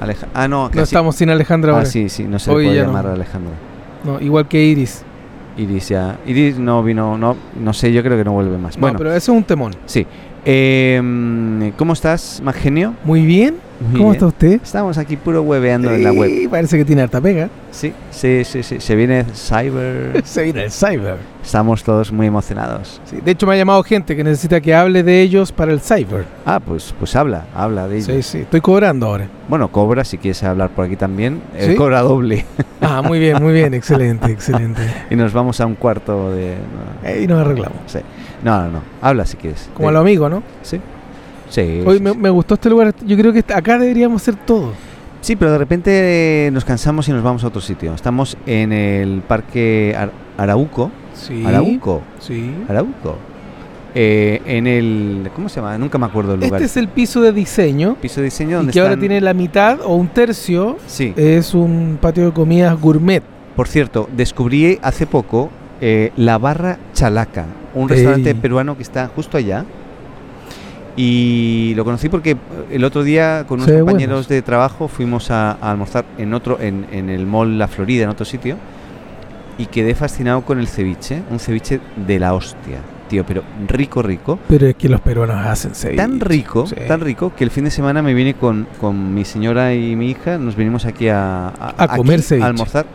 Aleja- ah no, que No así- estamos sin Alejandra ah ahora. sí, sí, no se Hoy le puede ya no. llamar a Alejandra. No, igual que Iris. Iris ya, Iris no vino, no, no sé, yo creo que no vuelve más. No, bueno, pero eso es un temón. sí. Em, ¿Cómo estás, más genio? Muy bien. Muy ¿Cómo bien. está usted? Estamos aquí puro hueveando en la web. Sí, Parece que tiene harta pega. Sí, sí, sí, sí. Se viene Cyber. Se viene el cyber. Estamos todos muy emocionados. Sí, de hecho, me ha llamado gente que necesita que hable de ellos para el cyber. Ah, pues, pues habla, habla de ello. Sí, sí. Estoy cobrando ahora. Bueno, cobra si quieres hablar por aquí también. Eh, ¿Sí? Cobra doble. Ah, muy bien, muy bien. Excelente, excelente. y nos vamos a un cuarto de. Ahí nos arreglamos. Sí. No, no, no. Habla si quieres. Como De- a los amigos, ¿no? Sí. Sí, Hoy sí, me, sí. me gustó este lugar. Yo creo que est- acá deberíamos ser todos. Sí, pero de repente eh, nos cansamos y nos vamos a otro sitio. Estamos en el Parque Ar- Arauco. Sí. Arauco. Sí. Arauco. Eh, en el. ¿Cómo se llama? Nunca me acuerdo el lugar. Este es el piso de diseño. piso de diseño Y donde que ahora están- tiene la mitad o un tercio. Sí. Es un patio de comidas gourmet. Por cierto, descubrí hace poco eh, la barra Chalaca, un restaurante Ey. peruano que está justo allá. Y lo conocí porque eh, el otro día con unos Se ve compañeros buenos. de trabajo fuimos a, a almorzar en otro, en, en el mall La Florida, en otro sitio, y quedé fascinado con el ceviche, un ceviche de la hostia, tío, pero rico, rico. Pero es que los peruanos hacen ceviche. Tan rico, Sí. tan rico, que el fin de semana me vine con, con mi señora y mi hija, nos vinimos aquí a, A comer aquí ceviche. a almorzar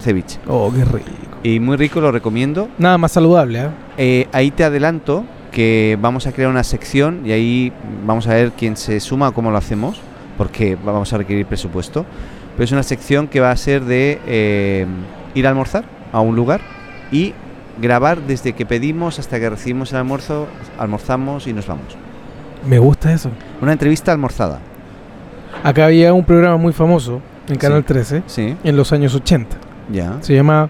ceviche. Oh, qué rico. Y muy rico, lo recomiendo. Nada más saludable, ¿eh? Eh, ahí te adelanto que vamos a crear una sección y ahí vamos a ver quién se suma o cómo lo hacemos, porque vamos a requerir presupuesto. Pero es una sección que va a ser de eh, ir a almorzar a un lugar y grabar desde que pedimos hasta que recibimos el almuerzo, almorzamos y nos vamos. Me gusta eso. Una entrevista almorzada. Acá había un programa muy famoso en Canal 13 Sí, en los años 80. ya. Se llama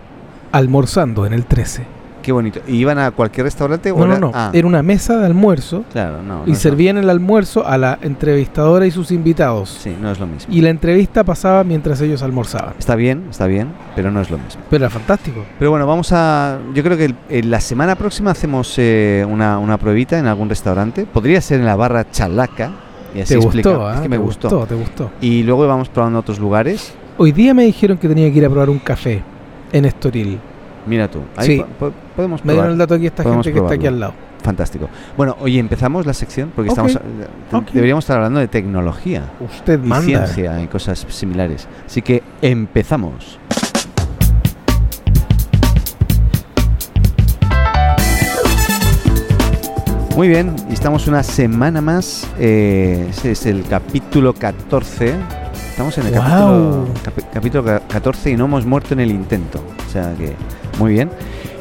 Almorzando en el 13. Qué bonito. ¿Y iban a cualquier restaurante o No, no, era- no. Ah, Era una mesa de almuerzo claro, no. no y es lo- servían el almuerzo a la entrevistadora y sus invitados. Sí, no es lo mismo. Y la entrevista pasaba mientras ellos almorzaban. Está bien, está bien, pero no es lo mismo. Pero era fantástico. Pero bueno, vamos a. Yo creo que el- en la semana próxima hacemos eh, una, una pruebita en algún restaurante. Podría ser en la barra Chalaca. Y así te explica. gustó, es ¿ah? que me Te gustó. Te gustó. Y luego vamos probando otros lugares. Hoy día me dijeron que tenía que ir a probar un café en Estoril. Mira tú. Ahí Sí. po- po- podemos Me probar. dieron el dato aquí esta Podemos gente que está aquí al probarlo. lado. Fantástico. Bueno, oye, empezamos la sección porque Ok. estamos. te- Ok. Deberíamos estar hablando de tecnología. Usted y manda. ciencia y cosas similares. Así que empezamos. Muy bien, y estamos una semana más. eh, este es el capítulo 14. Estamos en el capítulo, Guau. capi- capítulo ca- 14 y no hemos muerto en el intento. O sea que, muy bien.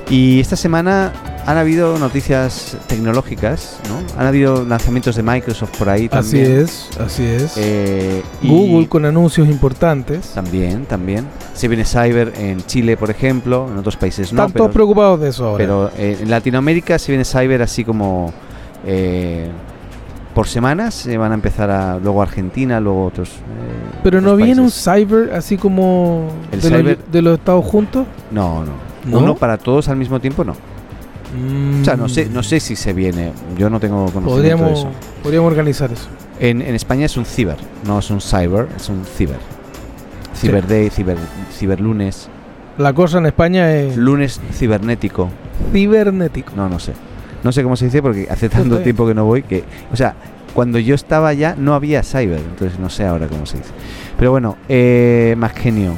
Y esta semana han habido noticias tecnológicas, ¿no? Han habido lanzamientos de Microsoft por ahí Así también. es, así es. Eh, y Google con anuncios importantes. También, también. Se viene Cyber en Chile, por ejemplo, en otros países no, Están todos pero, preocupados de eso ahora. pero, eh, en Latinoamérica se viene Cyber así como eh, por semanas. Se van a empezar a luego Argentina, luego otros. eh, Pero no otros viene un países. cyber así como El de, cyber- Los, de los Estados juntos. No, no. ¿No? Uno para todos al mismo tiempo, no. O sea, no sé, no sé si se viene. Yo no tengo conocimiento de Mm, Podríamos, eso. podríamos organizar eso. En, en España es un ciber, no es un cyber, es un ciber. Ciber Day, ciber, ciberlunes, La cosa en España es lunes cibernético. cibernético. No, no sé. No sé cómo se dice porque hace tanto bien. tiempo que no voy que... O sea, cuando yo estaba allá no había cyber, entonces no sé ahora cómo se dice. Pero bueno, eh, más genio.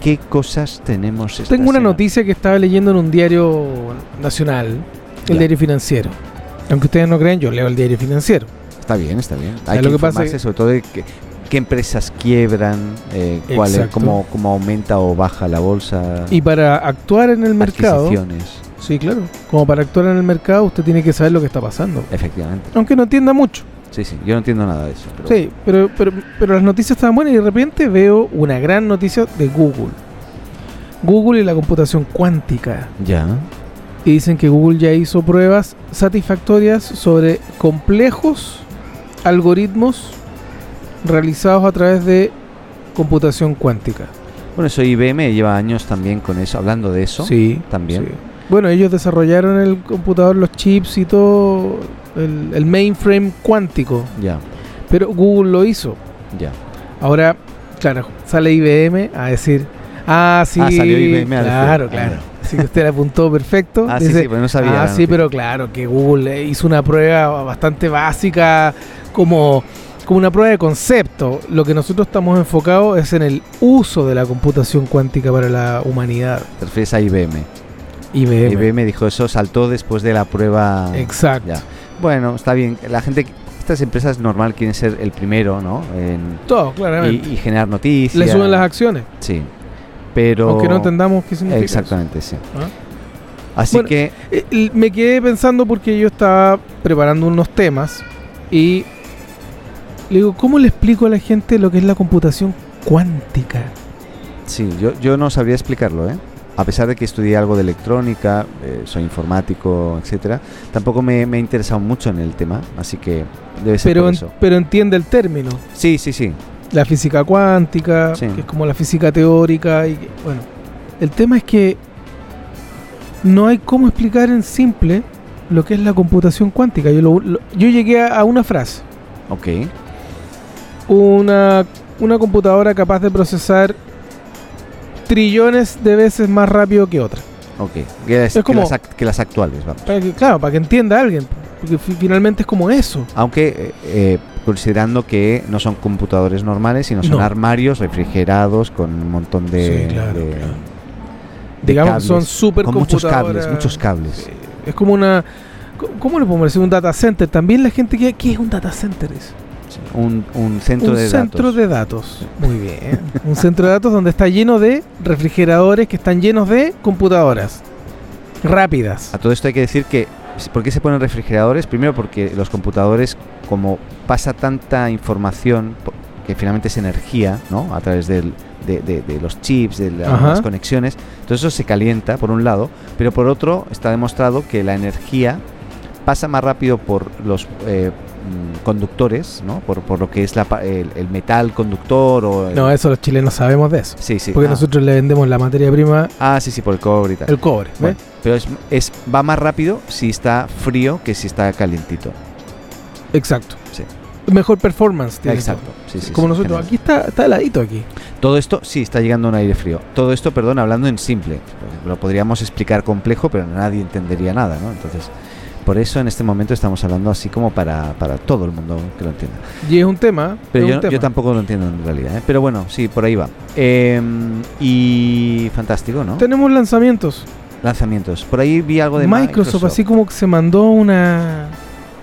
¿Qué cosas tenemos esta Tengo una semana? noticia que estaba leyendo en un diario nacional, el Ya. diario financiero. Aunque ustedes no crean, yo leo el diario financiero. Está bien, está bien. Hay lo que, que pasa informarse que- sobre todo de qué- qué empresas quiebran, eh, cuál es- Exacto. cómo, cómo aumenta o baja la bolsa, Y para actuar en el mercado, adquisiciones. sí, claro, como para actuar en el mercado, usted tiene que saber lo que está pasando. Efectivamente. Aunque no entienda mucho. Sí, sí, yo no entiendo nada de eso. pero Sí, pero, pero, pero las noticias estaban buenas y de repente veo una gran noticia de Google. Google y la computación cuántica. Ya. Y dicen que Google ya hizo pruebas satisfactorias sobre complejos algoritmos realizados a través de computación cuántica. Bueno, eso IBM lleva años también con eso, hablando de eso. Sí. También. sí. Bueno, ellos desarrollaron el computador, los chips y todo, el, el mainframe cuántico. Ya, Pero Google lo hizo. ya. Ahora, claro, sale IBM a decir, ah, sí, Ah, salió IBM a claro, decir, claro. ah, Así que usted le apuntó perfecto. Ah, sí, Dice, sí, pero no sabía la Ah, sí, noticia". pero claro, que Google eh, hizo una prueba bastante básica, como, como una prueba de concepto. Lo que nosotros estamos enfocados es en el uso de la computación cuántica para la humanidad. Te refieres a IBM. IBM. IBM dijo eso, saltó después de la prueba. Exacto. ah, Ya. Bueno, está bien. La gente, estas empresas normal quieren ser el primero, ¿no? En- Todo, y, claramente. y generar noticias. le suben las acciones, Sí. Pero. aunque no entendamos qué significa. eso. Exactamente, sí. Ah. Así Bueno, que. Eh, l- Me quedé pensando porque yo estaba preparando unos temas y le digo, ¿cómo le explico a la gente lo que es la computación cuántica? Sí, yo, yo no sabría explicarlo, ¿eh? A pesar de que estudié algo de electrónica, eh, soy informático, etcétera, tampoco me, me he interesado mucho en el tema, así que debe ser Pero, por en- eso. pero entiende el término. Sí, sí, sí. La física cuántica, Sí. que es como la física teórica. Y, que- bueno, el tema es que no hay cómo explicar en simple lo que es la computación cuántica. Yo, lo- lo- yo llegué a- a una frase. Ok. una, una computadora capaz de procesar trillones de veces más rápido que otra. Ok. Que, las- Es que como- las, ac- que las actuales, vamos. Para que- claro, para que entienda alguien. Porque fi- finalmente es como eso. Aunque eh, eh, considerando que no son computadores normales, sino son No. armarios refrigerados con un montón de. Sí, claro, de- claro. de Digamos, cables. son súper Con muchos cables, muchos cables. Es como una. co- ¿Cómo le podemos decir? Un data center. También la gente que. ¿Qué es un data center? Es? Sí, Un, un centro un de centro datos. de datos. Muy bien. un centro de datos donde está lleno de refrigeradores que están llenos de computadoras. Rápidas. A todo esto hay que decir que, ¿por qué se ponen refrigeradores? Primero porque los computadores, como pasa tanta información, po- que finalmente es energía, ¿no? A través del- de, de- de los chips, de la- Ajá. las conexiones, todo eso se calienta, por un lado, pero por otro está demostrado que la energía pasa más rápido por los eh, mm, conductores, ¿no? Por, por lo que es la pa- el, el metal conductor o... el- No, eso los chilenos sabemos de eso. sí, sí. Porque ah. nosotros le vendemos la materia prima, Ah, sí, sí, por el cobre y tal. el cobre. ¿ves? Bueno, pero es, es- va más rápido si está frío que si está calientito. Exacto. Sí. Mejor performance. tiene Exacto. Sí, esto. sí, Como sí, nosotros, genial. aquí está, está heladito aquí. Todo esto, sí, está llegando un aire frío. Todo esto, perdón, hablando en simple. Lo podríamos explicar complejo, pero nadie entendería nada, ¿no? Entonces, por eso en este momento estamos hablando así como para, para todo el mundo que lo entienda. Y es un tema. Pero es yo, un tema. yo tampoco lo entiendo en realidad, ¿eh? Pero bueno, sí, por ahí va. Em, y fantástico, ¿no? Tenemos lanzamientos. Lanzamientos. Por ahí vi algo de Microsoft, así como que se mandó una,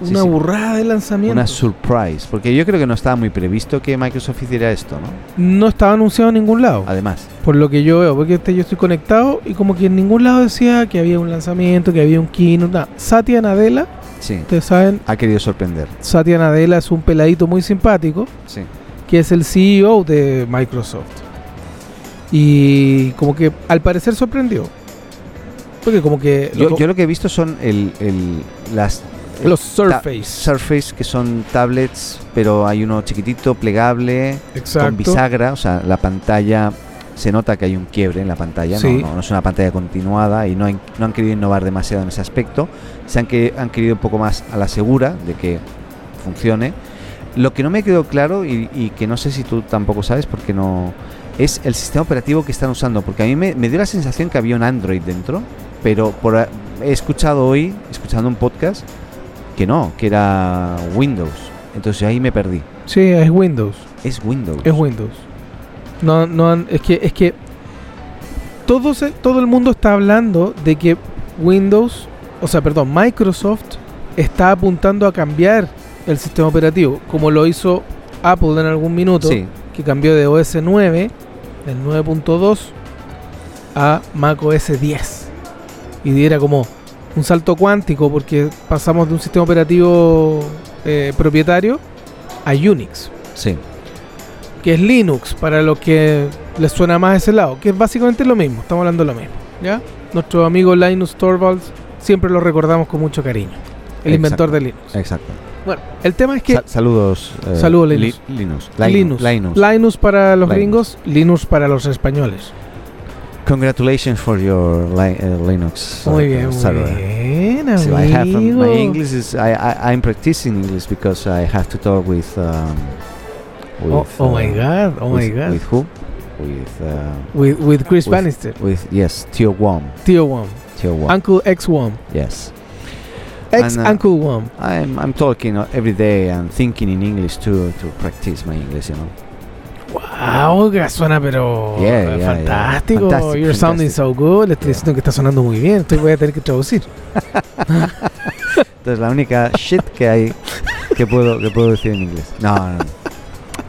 Sí, una sí. burrada de lanzamientos. Una surprise, porque yo creo que no estaba muy previsto que Microsoft hiciera esto, ¿no? no estaba anunciado en ningún lado. Además. Por lo que yo veo, porque este, yo estoy conectado y como que en ningún lado decía que había un lanzamiento, que había un keynote. nada. Satya Nadella, Sí. ustedes saben, Ha querido sorprender. Satya Nadella es un peladito muy simpático. Sí. que es el CEO de Microsoft. Y como que al parecer sorprendió. Porque como que Yo, lo- yo lo que he visto son el, el- las los ta- Surface. Surface que son tablets, pero hay uno chiquitito, plegable, con Exacto. bisagra, o sea, la pantalla se nota que hay un quiebre en la pantalla, no- Sí. no, no es una pantalla continuada y no han, no han querido innovar demasiado en ese aspecto, se han, que, han querido un poco más a la segura de que funcione. Lo que no me quedó claro y, y que no sé si tú tampoco sabes porque no es el sistema operativo que están usando, porque a mí me, me dio la sensación que había un Android dentro, pero por, a- he escuchado hoy, escuchando un podcast, que no, que era Windows. Entonces ahí me perdí. Sí, es Windows. Es Windows. Es Windows. No, no han- es que es que todo, se- todo el mundo está hablando de que Windows, o sea, perdón, Microsoft está apuntando a cambiar el sistema operativo, como lo hizo Apple en algún minuto. Sí, que cambió de OS 9, del 9.2, a Mac OS 10. Y diera como un salto cuántico porque pasamos de un sistema operativo eh, propietario a Unix, Sí. que es Linux, para los que les suena más ese lado, que es básicamente lo mismo, estamos hablando de lo mismo. ¿ya? Nuestro amigo Linus Torvalds siempre lo recordamos con mucho cariño, el Exacto. inventor de Linux. Exacto. Bueno, el tema es que Sa- saludos. eh, Saludos, Linus. Li- Linus. Linux, Linus. Linux. para los Linus. gringos, Linux para los españoles. Congratulations for your li- eh, Linux. uh, muy bien, muy server. bien, So I have um, my amigo. English is I, I I'm practicing English because I have to talk with um, with Oh, oh my uh, god, oh my with, god. with who with uh, With, with Chris with- Bannister, with yes Tio Wom Tío Wom, Tio Wom Uncle X Wom, yes ex And, uh, Uncle Wom. I'm I'm talking uh, every day and thinking in English to to practice my English you know Wow, que suena pero Yeah, yeah, yeah. fantástico. Fantastic, You're sounding fantastic. so good. Le estoy diciendo que está sonando muy bien. Entonces voy a tener que traducir. entonces la única shit que hay que puedo que puedo decir en inglés no no, no.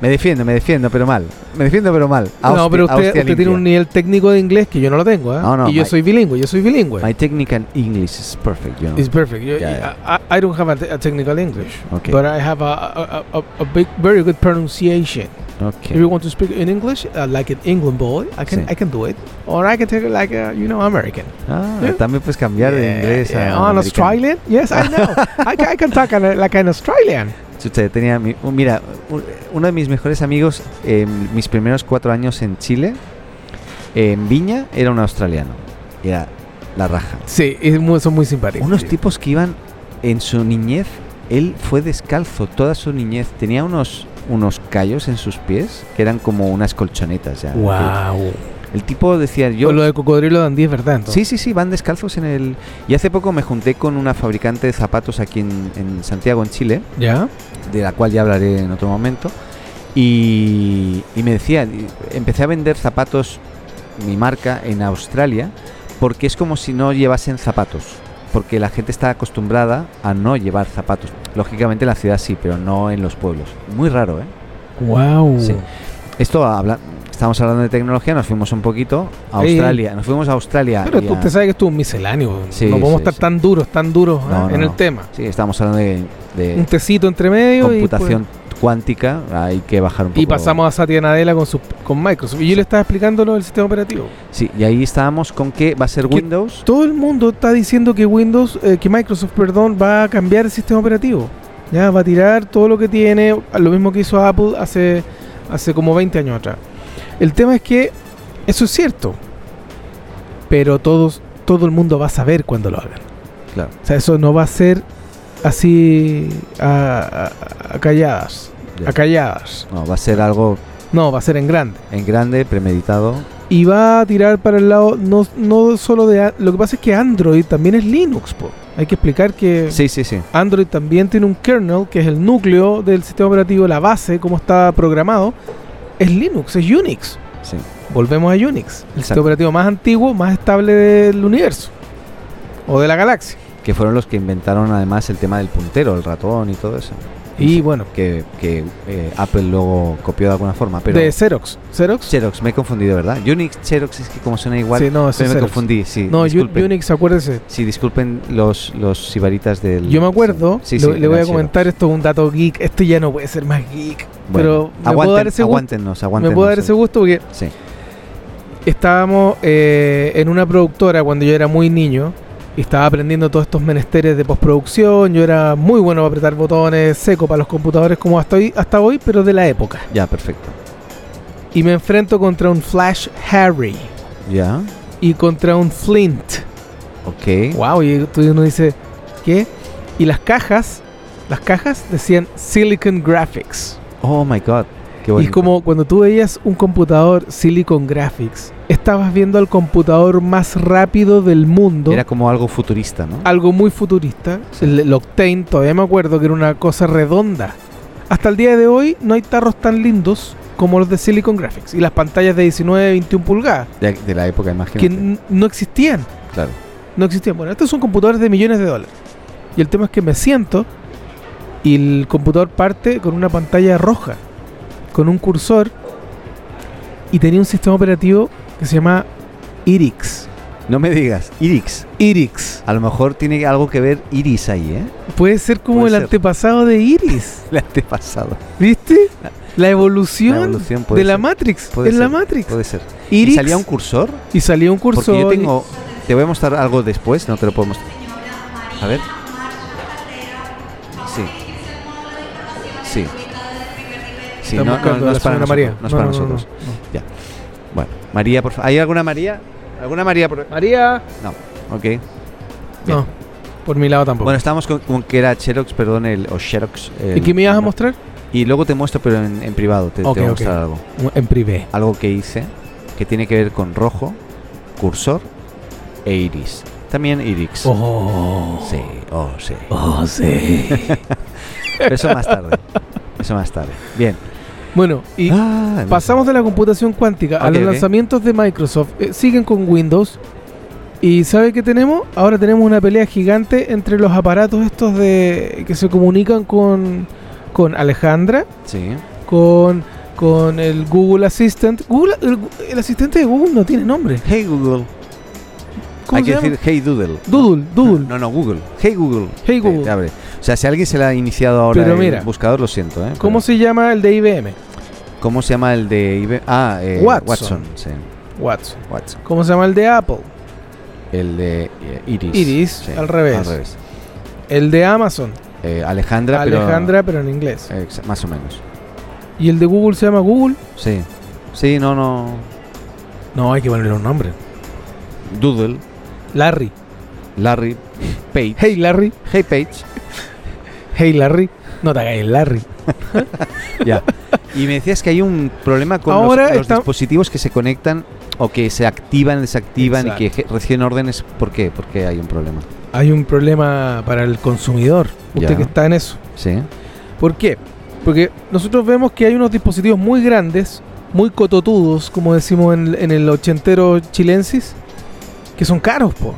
me defiendo me defiendo pero mal me defiendo pero mal no, Austin- pero usted, Austin usted tiene limpia. un nivel técnico de inglés que yo no lo tengo. ¿ah? No, no, y yo my- soy bilingüe. Yo soy bilingüe. my technical English is perfect you know It's perfect. You- Yeah, yeah. I, I don't have a, te- a technical English, okay but I have a, a, a, a- a big, very good pronunciation. okay If you want to speak in English, uh, like an England boy, I can Sí. I can do it, or I can take it like a you know American. Ah, Yeah. también puedes cambiar de inglés yeah. a Oh, an americano. Australian? Yes, I know. I, can, I can talk an- like an Australian. Chuta, tenía mi- un- mira, un- uno de mis mejores amigos, eh, mis primeros cuatro años en Chile, en Viña, era un australiano. Era la raja. Sí, es muy- son muy simpáticos. Unos tipos que iban en su niñez, él fue descalzo toda su niñez. Tenía unos, unos callos en sus pies que eran como unas colchonetas ya. Wow. El tipo decía, yo... Yo lo de cocodrilo dandí es verdad. entonces. Sí, sí, sí, van descalzos en el... Y hace poco me junté con una fabricante de zapatos aquí en, en Santiago, en Chile, ¿Ya? de la cual ya hablaré en otro momento. Y, y me decía, y empecé a vender zapatos, mi marca, en Australia, porque es como si no llevasen zapatos. Porque la gente está acostumbrada a no llevar zapatos. Lógicamente en la ciudad sí, pero no en los pueblos. Muy raro, ¿eh? Wow. Sí. Esto habla, estamos hablando de tecnología, nos fuimos un poquito a Sí. Australia. Nos fuimos a Australia. Pero y tú, a- usted sabe que esto es un misceláneo. Sí, no podemos sí, estar sí. tan duros, tan duros ¿ah? No, no, en el no. tema. Sí, estamos hablando de, de un tecito entre medio pues, computación cuántica. Hay que bajar un y, poco. pues, y pasamos a Satya Nadella con su, con Microsoft. Y yo le estaba explicando lo del sistema operativo. Sí, y ahí estábamos con que va a ser ¿Qué- Windows. Todo el mundo está diciendo que Windows, eh, que Microsoft, perdón, va a cambiar el sistema operativo. Ya va a tirar todo lo que tiene, lo mismo que hizo Apple hace hace como 20 años atrás. El tema es que eso es cierto. Pero todos todo el mundo va a saber cuando lo hagan. Claro. O sea, eso no va a ser así a, a- a calladas, Ya. a calladas. No, va a ser algo No, va a ser en grande. en grande, premeditado. Y va a tirar para el lado, no, no solo de... a- Lo que pasa es que Android también es Linux, po. Hay que explicar que Sí, sí, sí. Android también tiene un kernel, que es el núcleo del sistema operativo, la base, cómo está programado. Es Linux, es Unix. sí. Volvemos a Unix, el sistema Exacto. operativo más antiguo, más estable del universo. O de la galaxia. Que fueron los que inventaron además el tema del puntero, el ratón y todo eso. Y bueno, Que, que, eh, Apple luego copió de alguna forma. Pero de Xerox. ¿Xerox? Xerox, me he confundido, ¿verdad? Unix, Xerox es que como suena igual. Sí, no, pero eso es me Xerox. confundí, sí. No, Yu- disculpen. Unix, acuérdese. Sí, disculpen los, los sibaritas del. Yo me acuerdo, Sí, sí, le, le voy a era Xerox. comentar esto es un dato geek, esto ya no puede ser más geek, pero Bueno, me puedo dar ese gusto, aguántenos, me aguántenos. puedo dar ese gusto porque Sí, estábamos eh, en una productora cuando yo era muy niño y estaba aprendiendo todos estos menesteres de postproducción, yo era muy bueno para apretar botones, seco para los computadores como hasta hoy, hasta hoy, pero de la época. ya, perfecto. Y me enfrento contra un Flash Harry Ya, y contra un Flint. ok. Wow, y tú- uno dice, ¿qué? Y las cajas, las cajas decían Silicon Graphics. Oh my god, qué Y bueno. es como cuando tú veías un computador Silicon Graphics, estabas viendo al computador más rápido del mundo. Era como algo futurista, ¿no? algo muy futurista. El, el Octane, todavía me acuerdo que era una cosa redonda. Hasta el día de hoy no hay tarros tan lindos como los de Silicon Graphics y las pantallas de 19, 21 pulgadas, De, de la época, que imagínate. n- no existían. Claro. No existían. Bueno, estos son computadores de millones de dólares. Y el tema es que me siento y el computador parte con una pantalla roja, con un cursor y tenía un sistema operativo que se llama IRIX. No me digas, Irix. IRIX. A lo mejor tiene algo que ver Iris ahí, ¿eh? Puede ser como Puede el ser. antepasado de Iris. El antepasado. ¿Viste? La evolución, La evolución de puede la ser. Matrix. Puede Es la ser, Matrix. Puede ser. Iris. ¿Y salía un cursor? y salió un curso. Porque yo tengo. Te voy a mostrar algo después, no te lo puedo mostrar. A ver. Sí. Sí. Sí, no, Estamos no- buscando no a es para la señora nosotros. María. No es para nosotros. no. Bueno, María, por favor. ¿Hay alguna María? ¿Alguna María? Por... María. No, ok. Bien. No, por mi lado tampoco. Bueno, estábamos con, con que era Xerox, perdón, el, o Xerox. ¿Y el- qué me ibas a mostrar? Y luego te muestro, pero en, en privado, te, te Ok, voy a ok. mostrar algo. En privé. Algo que hice que tiene que ver con rojo, cursor e iris. También iris. Oh, Sí, oh, sí. oh, sí. Pero eso más tarde. Eso más tarde. Bien. bueno, y Ah, pasamos de la computación cuántica a Ok, los ok. lanzamientos de Microsoft. Eh, siguen con Windows. ¿Y sabe qué tenemos? Ahora tenemos una pelea gigante entre los aparatos estos de que se comunican con, con Alejandra, Sí. con, con el Google Assistant. Google, el, el asistente de Google no tiene nombre. Hey Google. ¿Cómo Hay se que llama? decir Hey Doodle. Doodle, Doodle. No, no, Google. Hey Google. Te- Hey, Google. te abre. O sea, si alguien se la ha iniciado ahora Pero el mira, buscador, lo siento. ¿eh? ¿Cómo Pero- se llama el de IBM? ¿Cómo se llama el de IBM? Ah, eh, Watson. Watson. Sí, Watson. Watson. ¿Cómo se llama el de Apple? El de eh, Iris. Iris, Sí, al revés. Al revés. El de Amazon. Eh, Alejandra, pero- Alejandra, pero en inglés. Exa- más o menos. ¿Y el de Google se llama Google? Sí. Sí, no, no. No, hay que ponerle un nombre. Doodle. Larry. Larry. Page. Hey Larry. Hey Page. Hey Larry. No te hagas el Larry. Ya. Y me decías que hay un problema con los- Ahora los, está- dispositivos que se conectan o que se activan, desactivan Exacto. y que eje- reciben órdenes. ¿Por qué? Porque hay un problema. Hay un problema para el consumidor. Usted Ya. que está en eso. Sí. ¿Por qué? Porque nosotros vemos que hay unos dispositivos muy grandes, muy cototudos, como decimos en, en el ochentero chilensis, que son caros, po.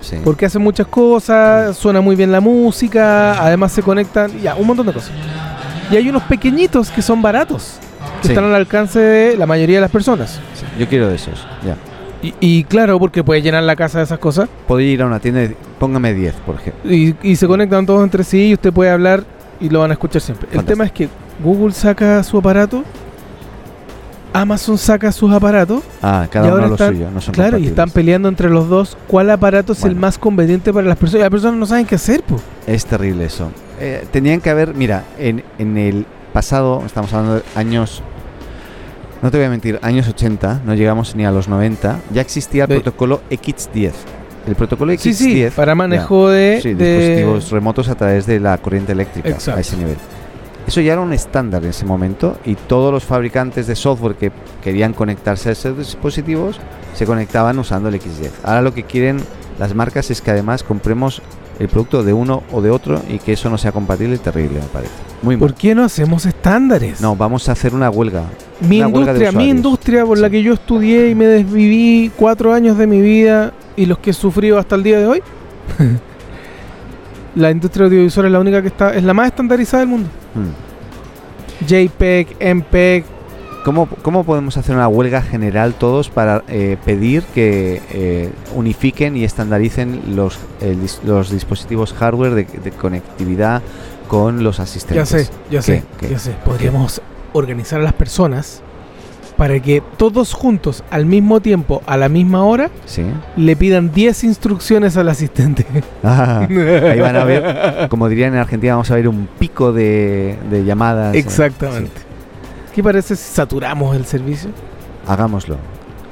Sí. Porque hacen muchas cosas, suena muy bien la música, además se conectan, ya, un montón de cosas. Y hay unos pequeñitos que son baratos, que Sí. están al alcance de la mayoría de las personas. Sí. Yo quiero de esos. Ya. Y, y claro, porque puedes llenar la casa de esas cosas Podría ir a una tienda y decir, póngame 10, por ejemplo. y, y se conectan todos entre sí y usted puede hablar y lo van a escuchar siempre. El Fantástico. tema es que Google saca su aparato, Amazon saca sus aparatos, Ah, Y cada ahora uno lo están- suyo. No son claro, y están compatibles. peleando entre los dos cuál aparato es el Bueno. más conveniente para las personas. Y las personas no saben qué hacer, pues. Es terrible eso. Eh, tenían que haber, mira, en, en el pasado, estamos hablando de años, no te voy a mentir, años 80, no llegamos ni a los 90, ya existía el Ve- protocolo X10. El protocolo X10 Sí, sí, para manejo de, sí, de- dispositivos remotos a través de la corriente eléctrica Exacto. a ese nivel. Eso ya era un estándar en ese momento y todos los fabricantes de software que querían conectarse a esos dispositivos se conectaban usando el X10. Ahora lo que quieren las marcas es que además compremos el producto de uno o de otro y que eso no sea compatible, terrible me parece. Muy mal. ¿Por qué no hacemos estándares? No, vamos a hacer una huelga. mi una huelga de industria, mi usuarios. industria por la Sí. que yo estudié y me desviví cuatro años de mi vida y los que he sufrido hasta el día de hoy. la industria audiovisual es la única que está, es la más estandarizada del mundo. Hmm. JPEG, E MPEG, ¿Cómo, cómo podemos hacer una huelga general todos para eh, pedir que eh, unifiquen y estandaricen los, el dis- los dispositivos hardware de, de conectividad con los ya asistentes? sé, ya sé, ¿Qué? ya sé. Podríamos organizar a las personas para que todos juntos, al mismo tiempo, a la misma hora, Sí. le pidan 10 instrucciones al asistente. Ah, ahí van a ver, como dirían en Argentina, vamos a ver un pico de, de llamadas. eh. Exactamente. ¿Qué parece si saturamos el servicio? Sí, hagámoslo.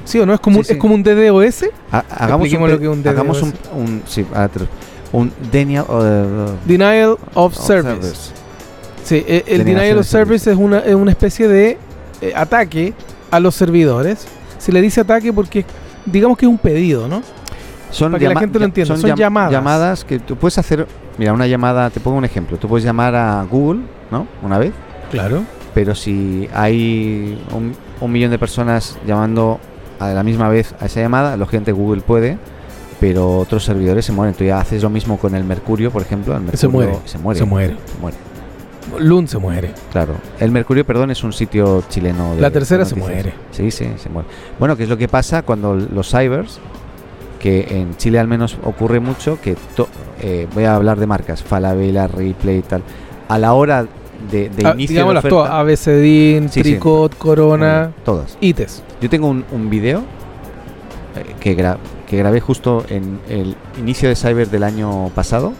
¿Sí o no? Es como, Sí, un- sí. es como un DDoS. Ha- hagamos Expliquemos un, lo que un DDoS hagamos un, un- sí, ahora te lo- un Daniel eh, Denial of, of Service. Service. Sí, e- el Denegación Denial de of Service es una, es una especie de eh, ataque a los servidores. Se le dice ataque porque digamos que es un pedido, ¿no? Son Para que la gente ya- lo entienda, son llamadas. Llamadas que tú puedes hacer. Mira, una llamada, te pongo un ejemplo. Tú puedes llamar a Google, ¿no? Una vez. Claro. Pero si hay un, un millón de personas llamando a la misma vez a esa llamada, lógicamente Google puede, pero otros servidores se mueren. Tú ya haces lo mismo con el Mercurio, por ejemplo. El Se Mercurio muere, Se muere. Se muere. se muere, Lun se muere. Claro. El Mercurio, perdón, es un sitio chileno. de- La tercera de se noticias. muere. Sí, sí, se muere. Bueno, que es lo que pasa cuando los cybers, que en Chile al menos ocurre mucho, que to- eh, voy a hablar de marcas, Falabella, Ripley y tal, a la hora de, de Ah, inicio de la digámoslas oferta, todas. ABCDIN, Sí, sí. Tricot, Corona, mm, todas. ITES. Yo tengo un, un video eh, que, gra- que grabé justo en el inicio de Cyber del año pasado.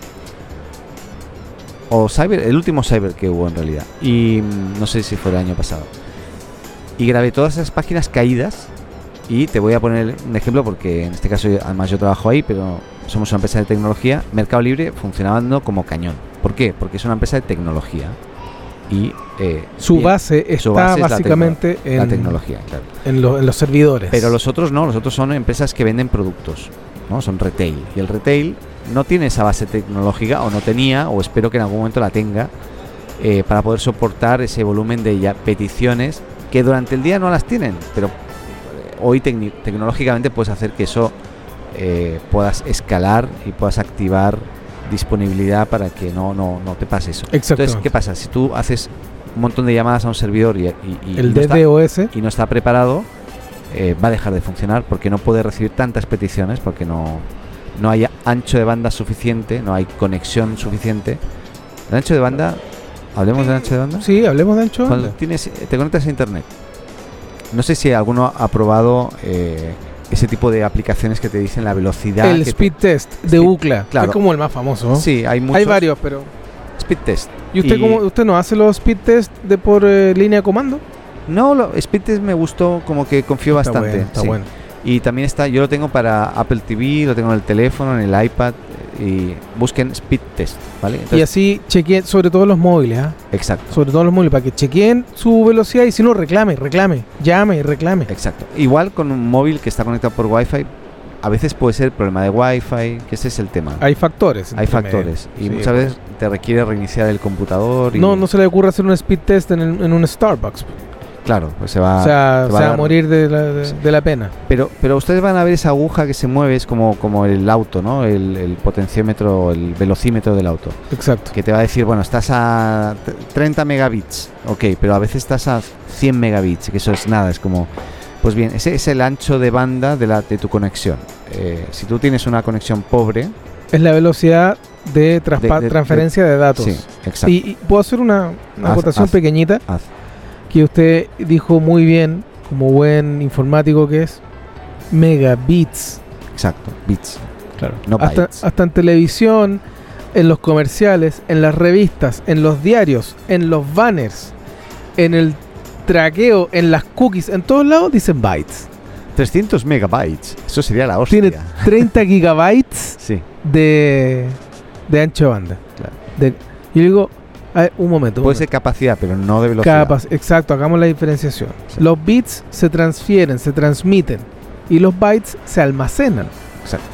O Cyber, el último Cyber que hubo en realidad. Y mm, no sé si fue el año pasado. Y grabé todas esas páginas caídas. Y te voy a poner un ejemplo porque en este caso yo- además yo trabajo ahí, pero somos una empresa de tecnología. Mercado Libre funcionando como cañón. ¿Por qué? Porque es una empresa de tecnología. Y eh, Su bien, base está su base es la básicamente la en, tecnología, claro. en lo- en los servidores. Pero los otros no, los otros son empresas que venden productos, ¿no? Son retail. Y el retail no tiene esa base tecnológica, o no tenía, o espero que en algún momento la tenga, eh, para poder soportar ese volumen de ya- peticiones que durante el día no las tienen, pero eh, hoy tecni- tecnológicamente puedes hacer que eso eh, puedas escalar y puedas activar disponibilidad para que no, no, no te pase eso. Entonces, Exactamente. ¿qué pasa? Si tú haces un montón de llamadas a un servidor y, y- y el no está- DDoS. y no está preparado, eh, va a dejar de funcionar porque no puede recibir tantas peticiones, porque no, no hay ancho de banda suficiente, no hay conexión suficiente. El ancho de banda, hablemos del ancho de banda. Sí, hablemos de ancho. Cuando banda. tienes, eh, te conectas a internet, no sé si alguno ha probado eh, ese tipo de aplicaciones que te dicen la velocidad. El que speed test de Speed- UCLA. claro. Es como el más famoso. tú- ¿no? Sí, hay muchos. Hay varios, pero. Speed test. ¿Y usted, Y- cómo- usted no hace los speed test de por eh, línea de comando? No, lo, speed test me gustó, como que confío bastante. Está bueno. Está sí. bueno. Y también está, yo lo tengo para Apple TV, lo tengo en el teléfono, en el iPad y busquen Speed Test, ¿vale? y Entonces, así chequeen, sobre todo los móviles, ¿ah? Exacto, sobre todo los móviles, para que chequeen su velocidad y si no, reclame, reclame, llame y reclame. exacto. Igual con un móvil que está conectado por Wi-Fi, a veces puede ser problema de Wi-Fi, que ese es el tema. Hay factores. Hay entre medio. factores y Sí, pues. muchas veces te requiere reiniciar el computador y No, no se le ocurre hacer un speed test en, el- en un Starbucks. claro, pues se va o te sea, se va a va a dar- morir de la, de- Sí. de la pena. Pero, pero ustedes van a ver esa aguja que se mueve, es como, como el auto, ¿no? El, el potenciómetro, el velocímetro del auto. Exacto. que te va a decir, bueno, estás a t- 30 megabits, ok, pero a veces estás a 100 megabits, que eso es nada, es como... Pues bien, ese es el ancho de banda de, la, de tu conexión. Eh, si tú tienes una conexión pobre... Es la velocidad de, De- traspa- de- transferencia de datos. Sí, exacto. Y, y puedo hacer una, una Haz- acotación haz. pequeñita Haz. que usted dijo muy bien, como buen informático que es, megabits. Exacto, bits. Claro. No hasta, bytes. hasta en televisión, en los comerciales, en las revistas, en los diarios, en los banners, en el traqueo, en las cookies, en todos lados dicen bytes. 300 megabytes, eso sería la hostia. Tiene 30 gigabytes Sí, de, de ancho de banda. Claro. De- y digo, a ver, un momento. un puede ser capacidad, pero no de velocidad. Capas, exacto, hagamos la diferenciación. Sí. Los bits se transfieren, se transmiten y los bytes se almacenan. Exacto.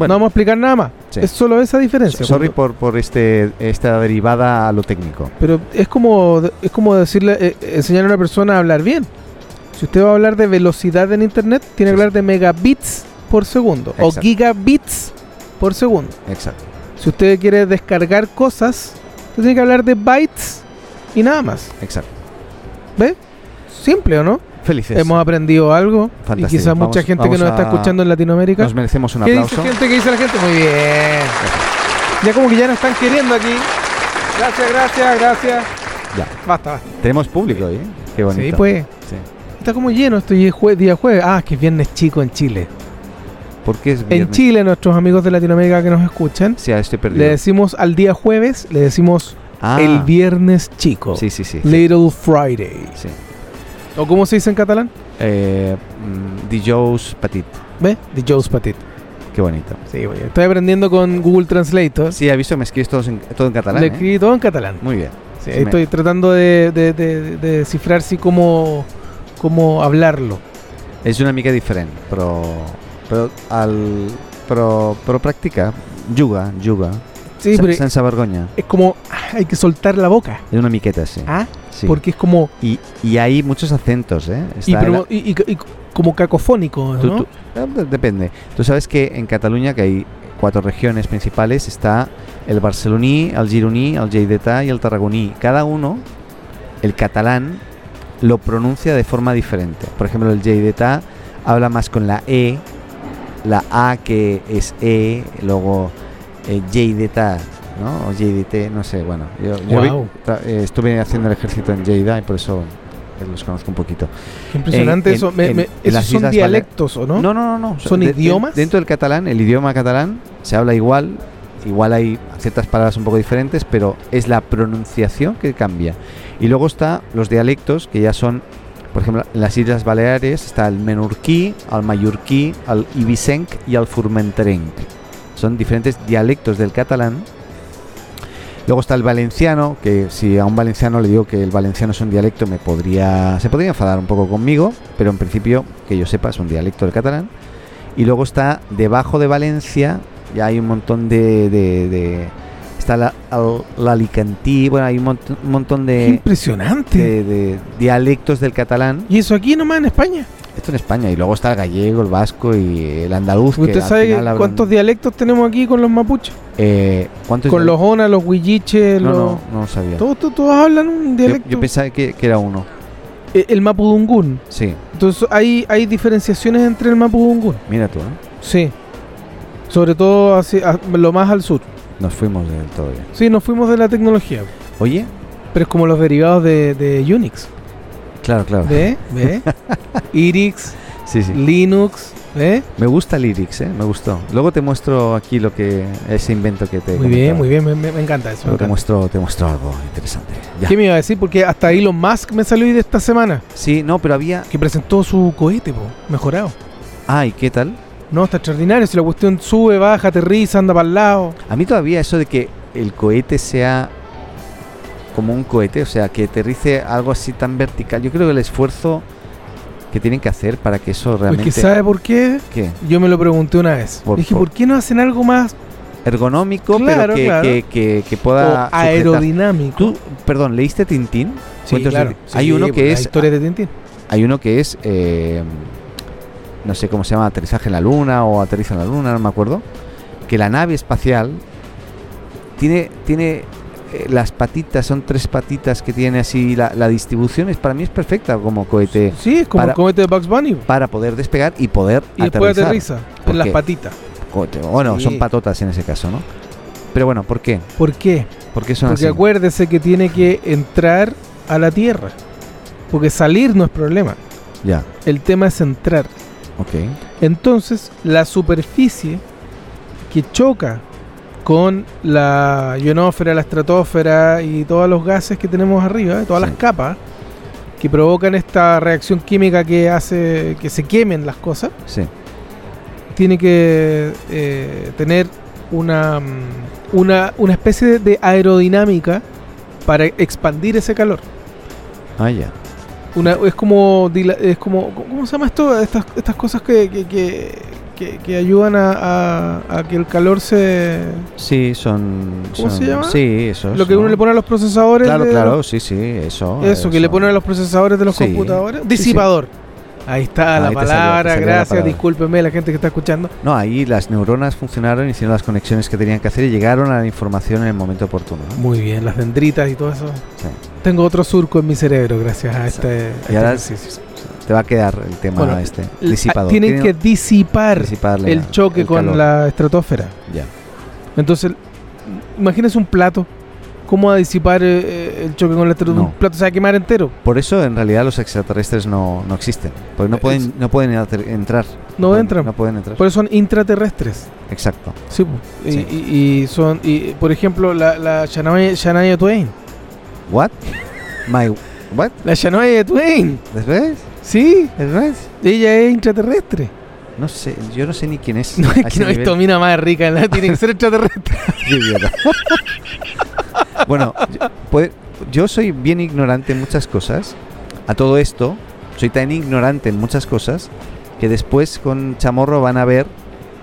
no vamos a explicar nada más. Sí. Es solo esa diferencia. Sorry Cuando- por, por este, esta derivada a lo técnico. Pero es como es como decirle eh, eh, enseñar a una persona a hablar bien. Si usted va a hablar de velocidad en internet, tiene que Sí, hablar de megabits por segundo o Exacto. gigabits por segundo. Exacto. Si usted quiere descargar cosas, usted tiene que hablar de bytes y nada más. Exacto. Simple, ¿o no? Felices. Hemos aprendido algo Fantástico. y quizás Vamos- mucha gente que vamos nos está a- escuchando en Latinoamérica. Nos merecemos un ¿Qué dice aplauso. gente? ¿Qué dice la gente? Muy bien. Ya como que ya nos están queriendo aquí. Gracias, gracias, gracias. Ya. Basta, basta. Tenemos público hoy, ¿eh? Qué bonito. Sí, pues. Sí. Está como lleno esto y es jue- día jueves. Ah, es que es viernes chico en Chile. ¿Por qué es viernes? En Chile, nuestros amigos de Latinoamérica que nos escuchan, Sí, ah, estoy perdido. le decimos al día jueves, le decimos Ah, el viernes chico. Sí, sí, sí. Little Friday. sí. ¿O cómo se dice en catalán? Eh, mm, Dijous Petit. ¿Ve? De Joe's Patit. Qué bonito. Sí, oye, Estoy aprendiendo con Google Translator. Sí, aviso, me escribes todos en- todo en catalán. Le ¿eh? escribí todo en catalán. Muy bien. Sí, Sí, ahí me- Estoy tratando de, de, de- de descifrar si cómo, cómo hablarlo. Es una mica diferente, pero. Pero. Al, pero, pero practica. Juga, juga. Sí, Se- pero sense vergonya. es como ah, hay que soltar la boca. Es una miqueta, sí. ¿Ah? sí. Porque es como Y, y hay muchos acentos, ¿eh? Está y, el- pero- y- y- y como cacofónico, Tú- ¿no? tú- eh, de- depende. Tú sabes que en Cataluña, que hay cuatro regiones principales, está el barceloní, el gironí, el lleidatà y el tarragoní. Cada uno, el catalán, lo pronuncia de forma diferente. Por ejemplo, el lleidatà habla más con la E la A que es E, luego eh, JDT, ¿no? O JDT, no sé, bueno. Yo, yo vi- Guau. tra- eh, estuve haciendo el ejército en Lleida y por eso eh, los conozco un poquito. Qué impresionante en- eso. Me- en- me- en esos las son Islas Baleares- dialectos, ¿o no? No, no, no. no. ¿Son idiomas? dentro del catalán, el idioma catalán se habla igual, igual hay ciertas palabras un poco diferentes, pero es la pronunciación que cambia. Y luego está los dialectos, que ya son, por ejemplo, en las Islas Baleares está el menorquí, el mallorquí, el ibisenc y el formentrenc. Son diferentes dialectos del catalán. Luego está el valenciano, que si a un valenciano le digo que el valenciano es un dialecto, me podría, se podría enfadar un poco conmigo, pero en principio, que yo sepa, es un dialecto del catalán. Y luego está debajo de Valencia, ya hay un montón de. de- de- está la, al- la Alicantí, bueno, hay un mont- un montón Qué de, impresionante. de- de dialectos del catalán. Y eso aquí nomás en España. Esto en España, y luego está el gallego, el vasco y el andaluz. que ¿Usted al sabe final hablan- cuántos dialectos tenemos aquí con los mapuches? eh, ¿cuántos Con los dialectos? onas, los huilliches, No, los... no, no lo sabía. Todos, todos, todos hablan un Yo, dialecto. yo pensaba que, que era uno. Eh, El mapudungún. Sí, Entonces hay, hay diferenciaciones entre el mapudungún. mira tú, ¿eh? Sí. Sobre todo hacia, a- lo más al sur. Nos fuimos del todo bien. Sí, nos fuimos de la tecnología. Oye, Pero es como los derivados de, de Unix. claro, claro. ¿Ve? ¿Ve? Irix, Sí, sí. Linux. ¿Ve? Me gusta Lyrics, ¿eh? Me gustó. Luego te muestro aquí lo que ese invento que te. Muy bien, muy bien. Me, me- me encanta eso. me Luego te encanta. muestro, te muestro algo interesante. Ya. ¿Qué me iba a decir? Porque hasta Elon Musk me salió de esta semana. Sí, no, pero había. Que presentó su cohete, po, mejorado. Ay, ¿qué tal? No, está extraordinario. Si la cuestión sube, baja, aterriza, anda para el lado. Pues A mí todavía eso de que el cohete sea como un cohete, o sea, que aterrice algo así tan vertical. Yo creo que el esfuerzo que tienen que hacer para que eso Pues realmente. que sabe por qué. ¿É? Yo me lo pregunté una vez. Por- Dije, por- ¿por qué no hacen algo más Ergonómico, Claro, pero que, claro. que, que- que pueda. o sujetar. aerodinámico? Tú, perdón, ¿leíste Tintín? Cuentos de- Hay uno pues, que es las historias de Tintín. Hay uno que es, eh, no sé cómo se llama, aterrizaje en la luna o aterriza en la luna, no me acuerdo, que la nave espacial tiene, tiene eh, las patitas, son tres patitas que tiene así, la, la distribución es para mí es perfecta como cohete Sí, es como para- el comete de Bugs Bunny. po. para poder despegar y poder Y después aterrizar. aterriza ¿Por en las qué? patitas. Cohete. Bueno, Sí. son patotas en ese caso, ¿no? Pero bueno, ¿por qué? ¿Por qué? ¿Por qué son Porque así? acuérdese que tiene que entrar a la Tierra. Porque salir no es problema. Ya, El tema es entrar. ok. Entonces, la superficie que choca con la ionósfera, la estratosfera y todos los gases que tenemos arriba, todas Sí. las capas que provocan esta reacción química que hace que se quemen las cosas, Sí, tiene que eh, tener una, mm, una, una especie de aerodinámica para expandir ese calor. ah, ya. Una- es como dila- es como ¿cómo se llama esto? Estas, estas cosas que, que, que, que- que ayudan a, a- a que el calor se Sí, son. ¿Cómo son- se llama? Sí, eso. lo que uno le pone a los procesadores Claro, de- claro, sí, sí, eso. eso, que le ponen a los procesadores de los Sí. computadores Sí, sí. disipador ahí está Ahí la te salió, te palabra salió la gracias palabra. discúlpeme la gente que está escuchando No, ahí las neuronas funcionaron, hicieron las conexiones que tenían que hacer y llegaron a la información en el momento oportuno. ¿no? muy bien las dendritas y todo eso Sí. tengo otro surco en mi cerebro gracias a Exacto. este, a este Y ahora ejercicio. Te va a quedar el tema Bueno, este. L- ah, Disipador. tienen que disipar disipar la- el choque con calor. la estratosfera Ya. Entonces, imagínese un plato. ¿Cómo va a disipar eh, eh, el choque con el electrodo? No. Un plato se va a quemar entero. Por eso en realidad los extraterrestres no, no existen. Porque no pueden, Es- no pueden alter- entrar. No pueden- entran. No pueden entrar. Por eso son intraterrestres. Exacto. Sí, po. Y, Sí. y- y son, y, por ejemplo, la, la Shania, Shania Twain. What? My what? La Shania Twain. ¿Después? Sí, ¿Después? ella es intraterrestre. No sé, yo no sé ni quién es. No a es ese que no, nivel. esto mina más rica, ¿no? tiene que ser extraterrestre. Qué idiota. bueno, yo- puede- yo soy bien ignorante en muchas cosas. A todo esto, soy tan ignorante en muchas cosas que después con Chamorro van a ver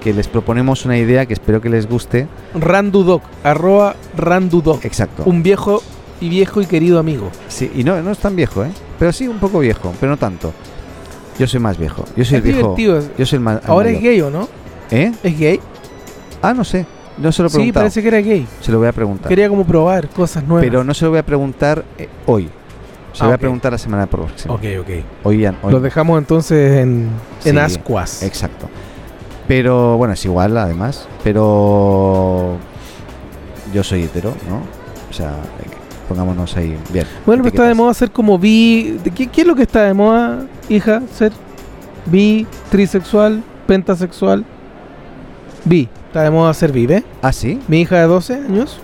que les proponemos una idea que espero que les guste. Randudoc, arroba Randudoc. Exacto. Un viejo y viejo y querido amigo. Sí, y no, no es tan viejo, ¿eh? Pero sí, un poco viejo, pero no tanto. Yo soy más viejo. Yo soy es el viejo. divertido. es- Yo soy el más. Ahora es gay, ¿o no? ¿Eh? ¿Es gay? Ah, no sé. No se lo he Sí, preguntado. parece que era gay. Se lo voy a preguntar. Quería como probar cosas nuevas. Pero no se lo voy a preguntar eh, hoy. Se Ah, lo voy a ok. preguntar la semana próxima. Ok, ok. Hoy ya. hoy Los dejamos entonces en, en Sí, ascuas. Exacto. Pero bueno, es igual además. Pero yo soy hetero, ¿no? O sea, pongámonos ahí bien. Bueno, pero está de etiquetas. moda ser como bi. ¿de ¿Qué, qué es lo que está de moda, hija? Ser bi, trisexual, pentasexual. Bi. Está de moda ser bi, ¿ves? Ah, sí. Mi hija de 12 años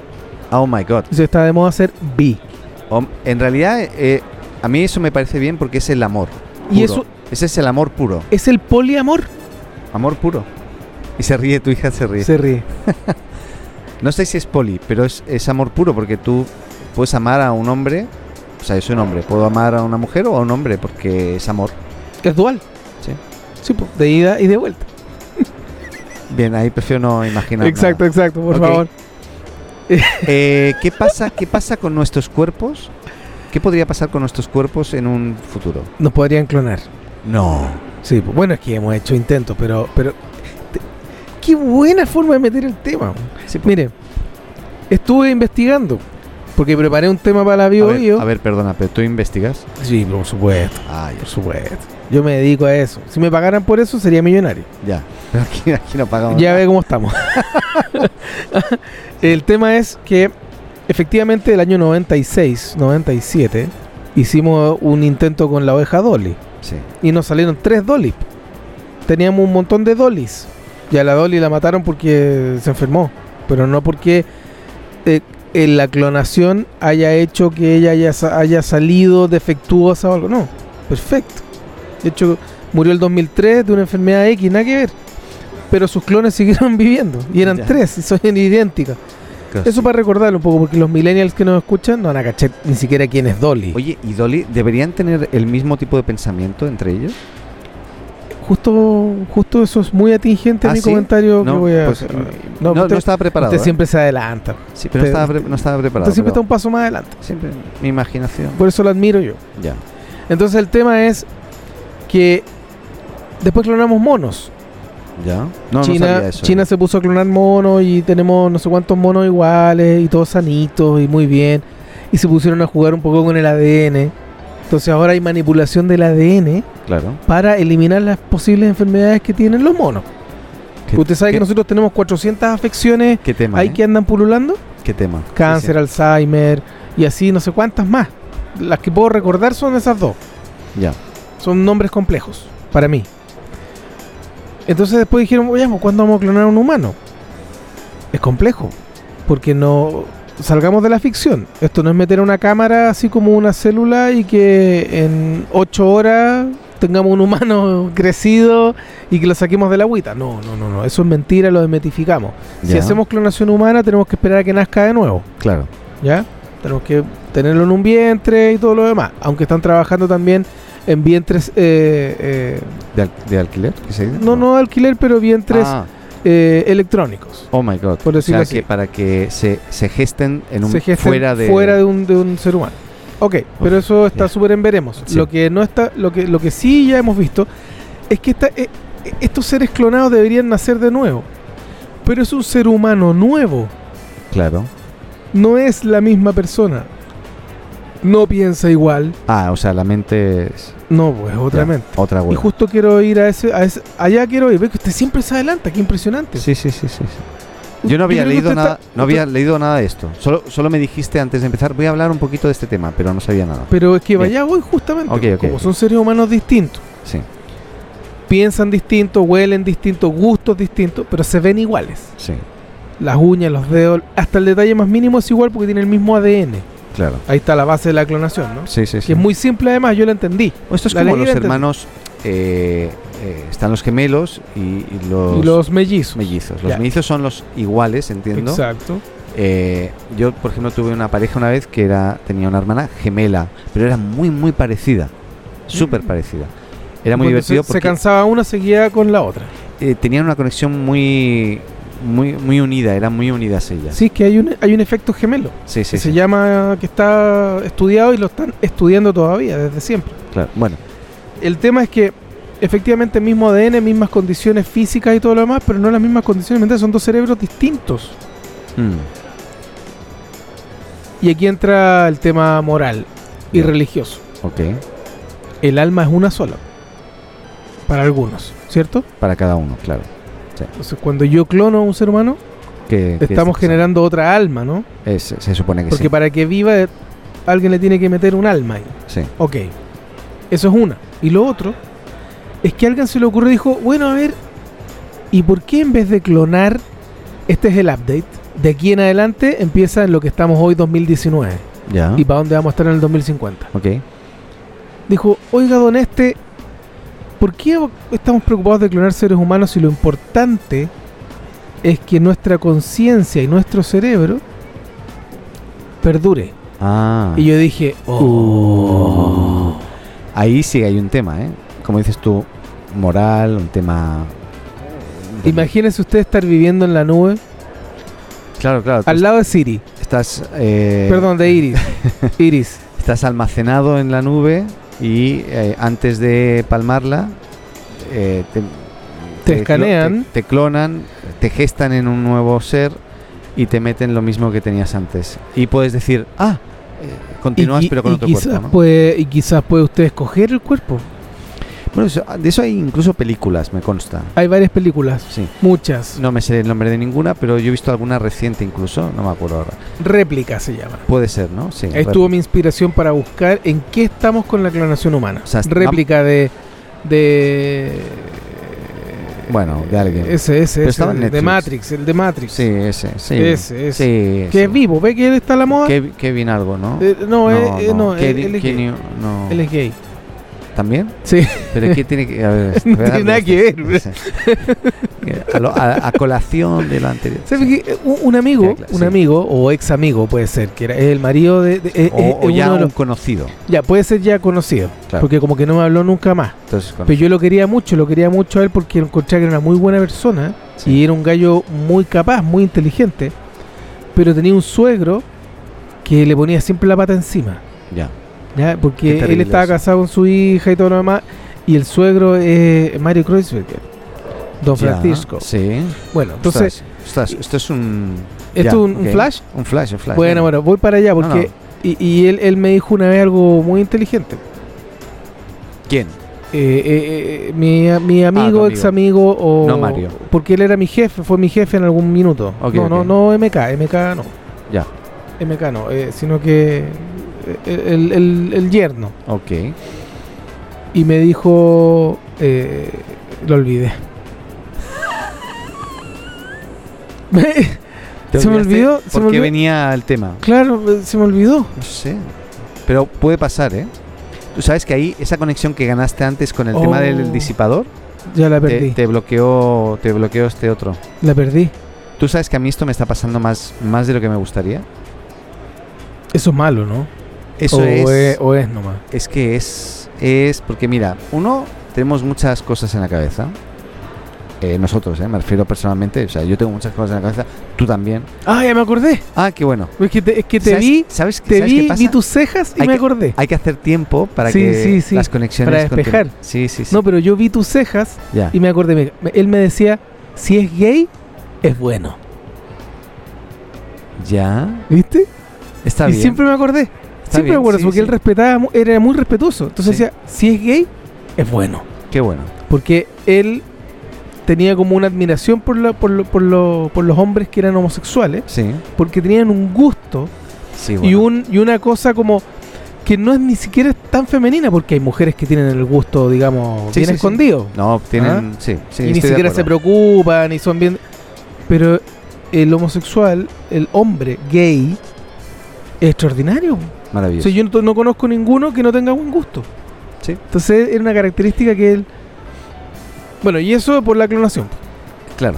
Oh my god. dice está de moda ser bi. Hom- En realidad, eh, a mí eso me parece bien porque es el amor. Y puro. eso Ese es el amor puro. es el poliamor. Amor puro. Y se ríe, tu hija se ríe. Se ríe. No sé si es poli, pero es, es amor puro porque tú puedes amar a un hombre. O sea, yo soy un hombre. Puedo amar a una mujer o a un hombre porque es amor. Es dual. Sí. Sí, po, de ida y de vuelta. Bien, ahí prefiero no imaginar. nada. exacto, exacto, por Ok. favor. Eh, ¿qué, pasa, ¿Qué pasa con nuestros cuerpos? ¿Qué podría pasar con nuestros cuerpos en un futuro? Nos podrían clonar. No. Sí, po. bueno, es que hemos hecho intentos, pero. pero te- qué buena forma de meter el tema. pues. Mire, estuve investigando. Porque preparé un tema para la a, bio ver, bio. a ver, perdona, pero tú investigas. Sí, por supuesto, Ah, ya. por supuesto. Yo me dedico a eso. Si me pagaran por eso, sería millonario. ya. Pero aquí, aquí no pagamos. Ya ve cómo estamos. el tema es que efectivamente el año 96, 97, hicimos un intento con la oveja Dolly. Sí. Y nos salieron tres Dollys. Teníamos un montón de Dollys. Y a la Dolly la mataron porque se enfermó. Pero no porque eh, en la clonación haya hecho que ella haya, sa- haya salido defectuosa o algo. No, perfecto. De hecho, murió el 2003 de una enfermedad X, nada que ver. Pero sus clones siguieron viviendo. Y eran Ya. tres, y son idénticas. Eso para recordarlo un poco, porque los millennials que nos escuchan no van a cachar ni siquiera quién es Dolly. Oye, ¿y Dolly deberían tener el mismo tipo de pensamiento entre ellos? Justo, justo eso es muy atingente a ¿Ah, mi sí? comentario que No, voy a pues, hacer. no, No, no usted, estaba preparado. usted ¿eh? siempre se adelanta. Sí, pero no pero- estaba, pre- no estaba preparado. usted siempre está pero un paso más adelante. siempre mi imaginación. Por eso lo admiro yo. Ya. Entonces el tema es que después clonamos monos. Ya. No, no China, sabía eso. ¿eh? China se puso a clonar monos y tenemos no sé cuántos monos iguales y todos sanitos y muy bien. Y se pusieron a jugar un poco con el ADN. Entonces ahora hay manipulación del ADN Claro. para eliminar las posibles enfermedades que tienen los monos. ¿Qué- Usted sabe qué- que nosotros tenemos 400 afecciones ¿Qué tema? Hay eh? que andan pululando. ¿Qué tema? Cáncer, Alzheimer y así no sé cuántas más. Las que puedo recordar son esas dos. Sí, sí. Ya. Son nombres complejos para mí. Entonces después dijeron, oye, pues, ¿cuándo vamos a clonar a un humano? Es complejo. Porque no... Salgamos de la ficción. Esto no es meter una cámara así como una célula y que en ocho horas tengamos un humano crecido y que lo saquemos de la agüita. No, no, no, no. Eso es mentira, lo desmetificamos. Si Ya. hacemos clonación humana, tenemos que esperar a que nazca de nuevo, Claro. ¿ya? Tenemos que tenerlo en un vientre y todo lo demás. Aunque están trabajando también en vientres, eh, eh, ¿De, al- de alquiler? ¿Qué se dice? no, no alquiler, pero vientres Ah, eh, electrónicos. oh my god. Por o sea, decirlo así. que para que se, se gesten en un Se gestan fuera de un, de un ser humano. Ok, pero eso está ya. súper en veremos. Sí. Lo que no está, lo que, lo que sí ya hemos visto es que esta- eh, eh, estos seres clonados deberían nacer de nuevo. Pero es un ser humano nuevo. Claro. no es la misma persona. No piensa igual. Ah, o sea, la mente es No, pues, otra ya, mente. Otra Y web. justo quiero ir a ese, a ese- Allá quiero ir. Ve que usted siempre se adelanta. Qué impresionante. Sí, sí, sí, sí. sí. Yo no había creo que leído usted nada, está- no había leído nada de esto. Solo, solo me dijiste antes de empezar, voy a hablar un poquito de este tema, pero no sabía nada. Pero es que Bien. vaya hoy justamente. Ok, ok, como ok. son seres humanos distintos. Sí. Piensan distintos, huelen distintos, gustos distintos, pero se ven iguales. Sí, Las uñas, los dedos, hasta el detalle más mínimo es igual porque tiene el mismo ADN. claro. Ahí está la base de la clonación, ¿no? Sí, sí, sí. Que es muy simple además, yo la entendí. Esto es la como leí, los la entendí. hermanos. eh, eh, están los gemelos y, y los, y los mellizos. mellizos. Los Ya. mellizos son los iguales, entiendo. Exacto. Eh, yo, por ejemplo, tuve una pareja una vez que era, tenía una hermana gemela, pero era muy, muy parecida. Súper parecida. Era muy Cuando divertido se- Mm. Se, porque cansaba una, seguía con la otra. eh, tenían una conexión muy, muy, muy unida, eran muy unidas ellas. Sí, es que hay un, hay un efecto gemelo. sí, sí. que se sí, llama, que está estudiado y lo están estudiando todavía, desde siempre. claro. Bueno, El tema es que efectivamente mismo ADN, mismas condiciones físicas y todo lo demás, pero no las mismas condiciones mentales, son dos cerebros distintos. mm, Y aquí entra el tema moral y Ya. religioso. ok, El alma es una sola, para algunos, ¿cierto? para cada uno, claro. Sí. Entonces, cuando yo clono a un ser humano, Que, que estamos está generando otra alma, ¿no? pasando. Es- se supone que Porque para que viva, eh, alguien le tiene que meter un alma ahí. sí. sí. Ok, eso es una. Y lo otro es que a alguien se le ocurrió y dijo, bueno, a ver, ¿y por qué en vez de clonar, este es el update? De aquí en adelante empieza en lo que estamos hoy 2019 Ya. y para dónde vamos a estar en el 2050. Ok. Dijo, oiga, don Este, ¿por qué estamos preocupados de clonar seres humanos si lo importante es que nuestra conciencia y nuestro cerebro perdure? Ah. Y yo dije, oh. Ahí sí hay un tema, ¿eh? Como dices tú, moral, un tema. Imagínense usted estar viviendo en la nube Claro, claro. tú al lado de Siri, estás. eh, perdón, de Iris. Iris, Estás almacenado en la nube y eh, antes de palmarla. eh, te, Te clo- escanean. Te, te clonan, te gestan en un nuevo ser y te meten lo mismo que tenías antes. Y puedes decir, ah, eh, continúas qui- pero con y otro quizás cuerpo. ¿no? puede, y quizás puede usted escoger el cuerpo. Bueno, eso- de eso hay incluso películas, me consta. Hay varias películas, Sí. muchas. No me sé el nombre de ninguna, pero yo he visto alguna reciente incluso, no me acuerdo ahora. Réplicas se llama. Puede ser, ¿no? Sí. Ahí estuvo mi inspiración para buscar en qué estamos con la clonación humana. O sea, Réplica de. de Bueno, de alguien. Ese, ese, Pero ese, estaba en el de Netflix. Matrix, el de Matrix. Sí, ese, sí. Ese, ese. Sí, sí. que es vivo, ¿ve que él está en la moda? Kev- Kevin algo, ¿no? Eh, no, eh, eh, no, él, Kevin- él es gay. Kenny- no. Él es gay. ¿También? Sí. ¿Pero qué tiene que...? A ver, No voy a tiene nada darle que este- ver. ese. A, lo- a- a colación de la anterior. ¿Sabes sí. qué? Un, un amigo, Ya, claro, un sí. amigo o ex amigo puede ser, que era es el marido de. de- es- es- es O, o uno ya de un los- conocido. ya, puede ser ya conocido, Claro. porque como que no me habló nunca más. Entonces, con- Pero yo lo quería mucho, lo quería mucho a él porque encontré que era una muy buena persona Sí. y era un gallo muy capaz, muy inteligente, pero tenía un suegro que le ponía siempre la pata encima, ya. ¿ya? Qué Porque él terrible estaba eso. casado con su hija y todo lo demás, y el suegro es Mario Kreuzberger, Don Ya, Francisco. Sí. Bueno, entonces, Ostras, ostras, esto es un... ¿esto ya, es un- un ok. flash? Un flash, un flash. bueno, bueno, voy para allá No, no. porque... Y, y él, él me dijo una vez algo muy inteligente. ¿Quién? Eh, eh, eh, mi, mi Ah, tu amigo, amigo. ex amigo o... No Mario. Porque él era mi jefe, fue mi jefe en algún minuto. Ok, no, ok. no, no MK, MK no. Ya. MK no, eh, sino que eh, el, el- el yerno. Ok. Y me dijo... eh, lo olvidé. ¿Te Se me olvidaste? olvidó, se ¿Por me qué olvidó. venía el tema? claro, eh, se me olvidó. No sé. Pero puede pasar, ¿eh? Tú sabes que ahí esa conexión que ganaste antes con el tema Oh. del disipador Ya la te, perdí. te bloqueó te bloqueó este otro. La perdí. Tú sabes que a mí esto me está pasando más, más de lo que me gustaría. Eso es malo, ¿no? Eso o eh, es, o es nomás. es que es es porque mira, uno tenemos muchas cosas en la cabeza. Eh, nosotros, ¿eh? me refiero personalmente, o sea, yo tengo muchas cosas en la cabeza, tú también. Ah, ya me acordé. Ah, qué bueno. Es que te, es que te ¿Sabes- vi, ¿sabes, te ¿sabes vi, qué pasa? vi tus cejas y Hay me que- acordé. Hay que hacer tiempo para Sí, que sí, sí. las conexiones Para despejar. continúen. Sí, sí, sí. No, pero yo vi tus cejas ya. y me acordé. Me- me- Él me decía, si es gay, es bueno. Ya. ¿Viste? Está y bien. siempre me acordé. está siempre bien, me acuerdo, sí, porque él sí. respetaba, mu- era muy respetuoso. Entonces Sí. decía, si es gay, es bueno. Qué bueno. Porque él tenía como una admiración por, la, por, lo- por, lo- por los hombres que eran homosexuales, Sí. porque tenían un gusto Sí, y, bueno. un, y una cosa como que no es ni siquiera tan femenina, porque hay mujeres que tienen el gusto, digamos, Sí, sí, bien sí. escondido. No, tienen. Sí, sí. ¿Ah? y ni estoy de siquiera se acuerdo. preocupan y son bien. Pero el homosexual, el hombre gay, es extraordinario. O Maravilloso. sea, yo no, no conozco ninguno que no tenga buen gusto. Sí. Entonces era una característica que él. Bueno, y eso por la clonación. Claro.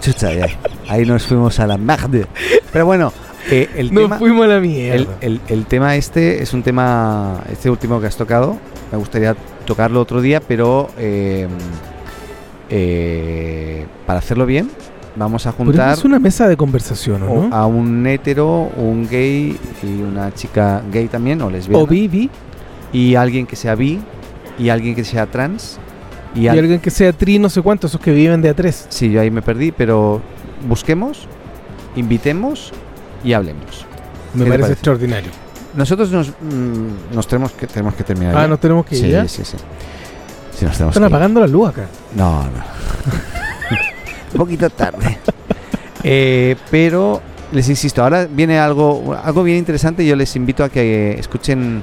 Chucha, ya. Ahí nos fuimos a la merde. Pero bueno, eh, el, Nos tema, fuimos a la el, mierda. el- el tema este es un tema. Este último que has tocado. Me gustaría tocarlo otro día, pero. eh, eh, para hacerlo bien, vamos a Pero esto juntar. es una mesa de conversación, ¿o o ¿no? a un hétero, un gay y una chica gay también, o lesbiana. O Vivi y alguien que sea bi, y alguien que sea trans. Y, y al- alguien que sea tri, no sé cuánto, esos que viven de a tres. Sí, yo ahí me perdí, pero busquemos, invitemos y hablemos. ¿Qué te Me parece, parece? extraordinario. Nosotros nos, mm, nos tenemos, que, tenemos que terminar. Ah, ya. nos tenemos que ir. Sí, ¿ya? sí, sí. Si nos tenemos Están que ir. apagando la luz acá. No, no. Un poquito tarde. Eh, pero les insisto, ahora viene algo, algo bien interesante. Yo les invito a que escuchen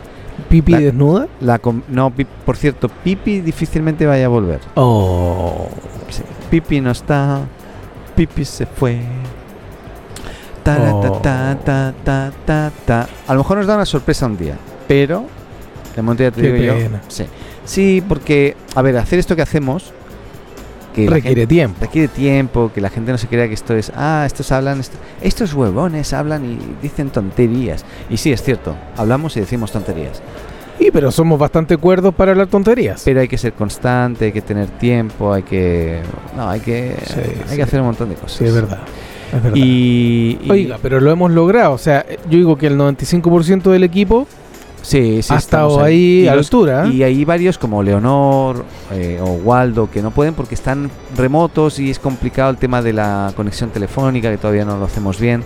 Pipi La- desnuda. la. com- No, Pi- por cierto, Pipi difícilmente vaya a volver. Oh. Pipi no está, Pipi se fue. Tara, ta, Oh. ta, ta, ta, ta, ta. A lo mejor nos da una sorpresa un día, pero de momento ya te Qué digo pena. yo. Sí. sí, porque, a ver, hacer esto que hacemos. Que la Requiere tiempo. requiere tiempo, que la gente no se crea que esto es, ah, estos hablan, esto- estos huevones hablan y dicen tonterías. Y sí, es cierto, hablamos y decimos tonterías. Y pero somos bastante cuerdos para hablar tonterías. Pero hay que ser constante, hay que tener tiempo, hay que... No, hay que, Sí, hay sí. que hacer un montón de cosas. sí, es verdad. Es verdad. Y, y- Oiga, pero lo hemos logrado. O sea, yo digo que el 95% del equipo sí, sí, ha estamos estado ahí Y a la los- altura. ¿eh? Y hay varios como Leonor eh, o Waldo que no pueden porque están remotos y es complicado el tema de la conexión telefónica, que todavía no lo hacemos bien.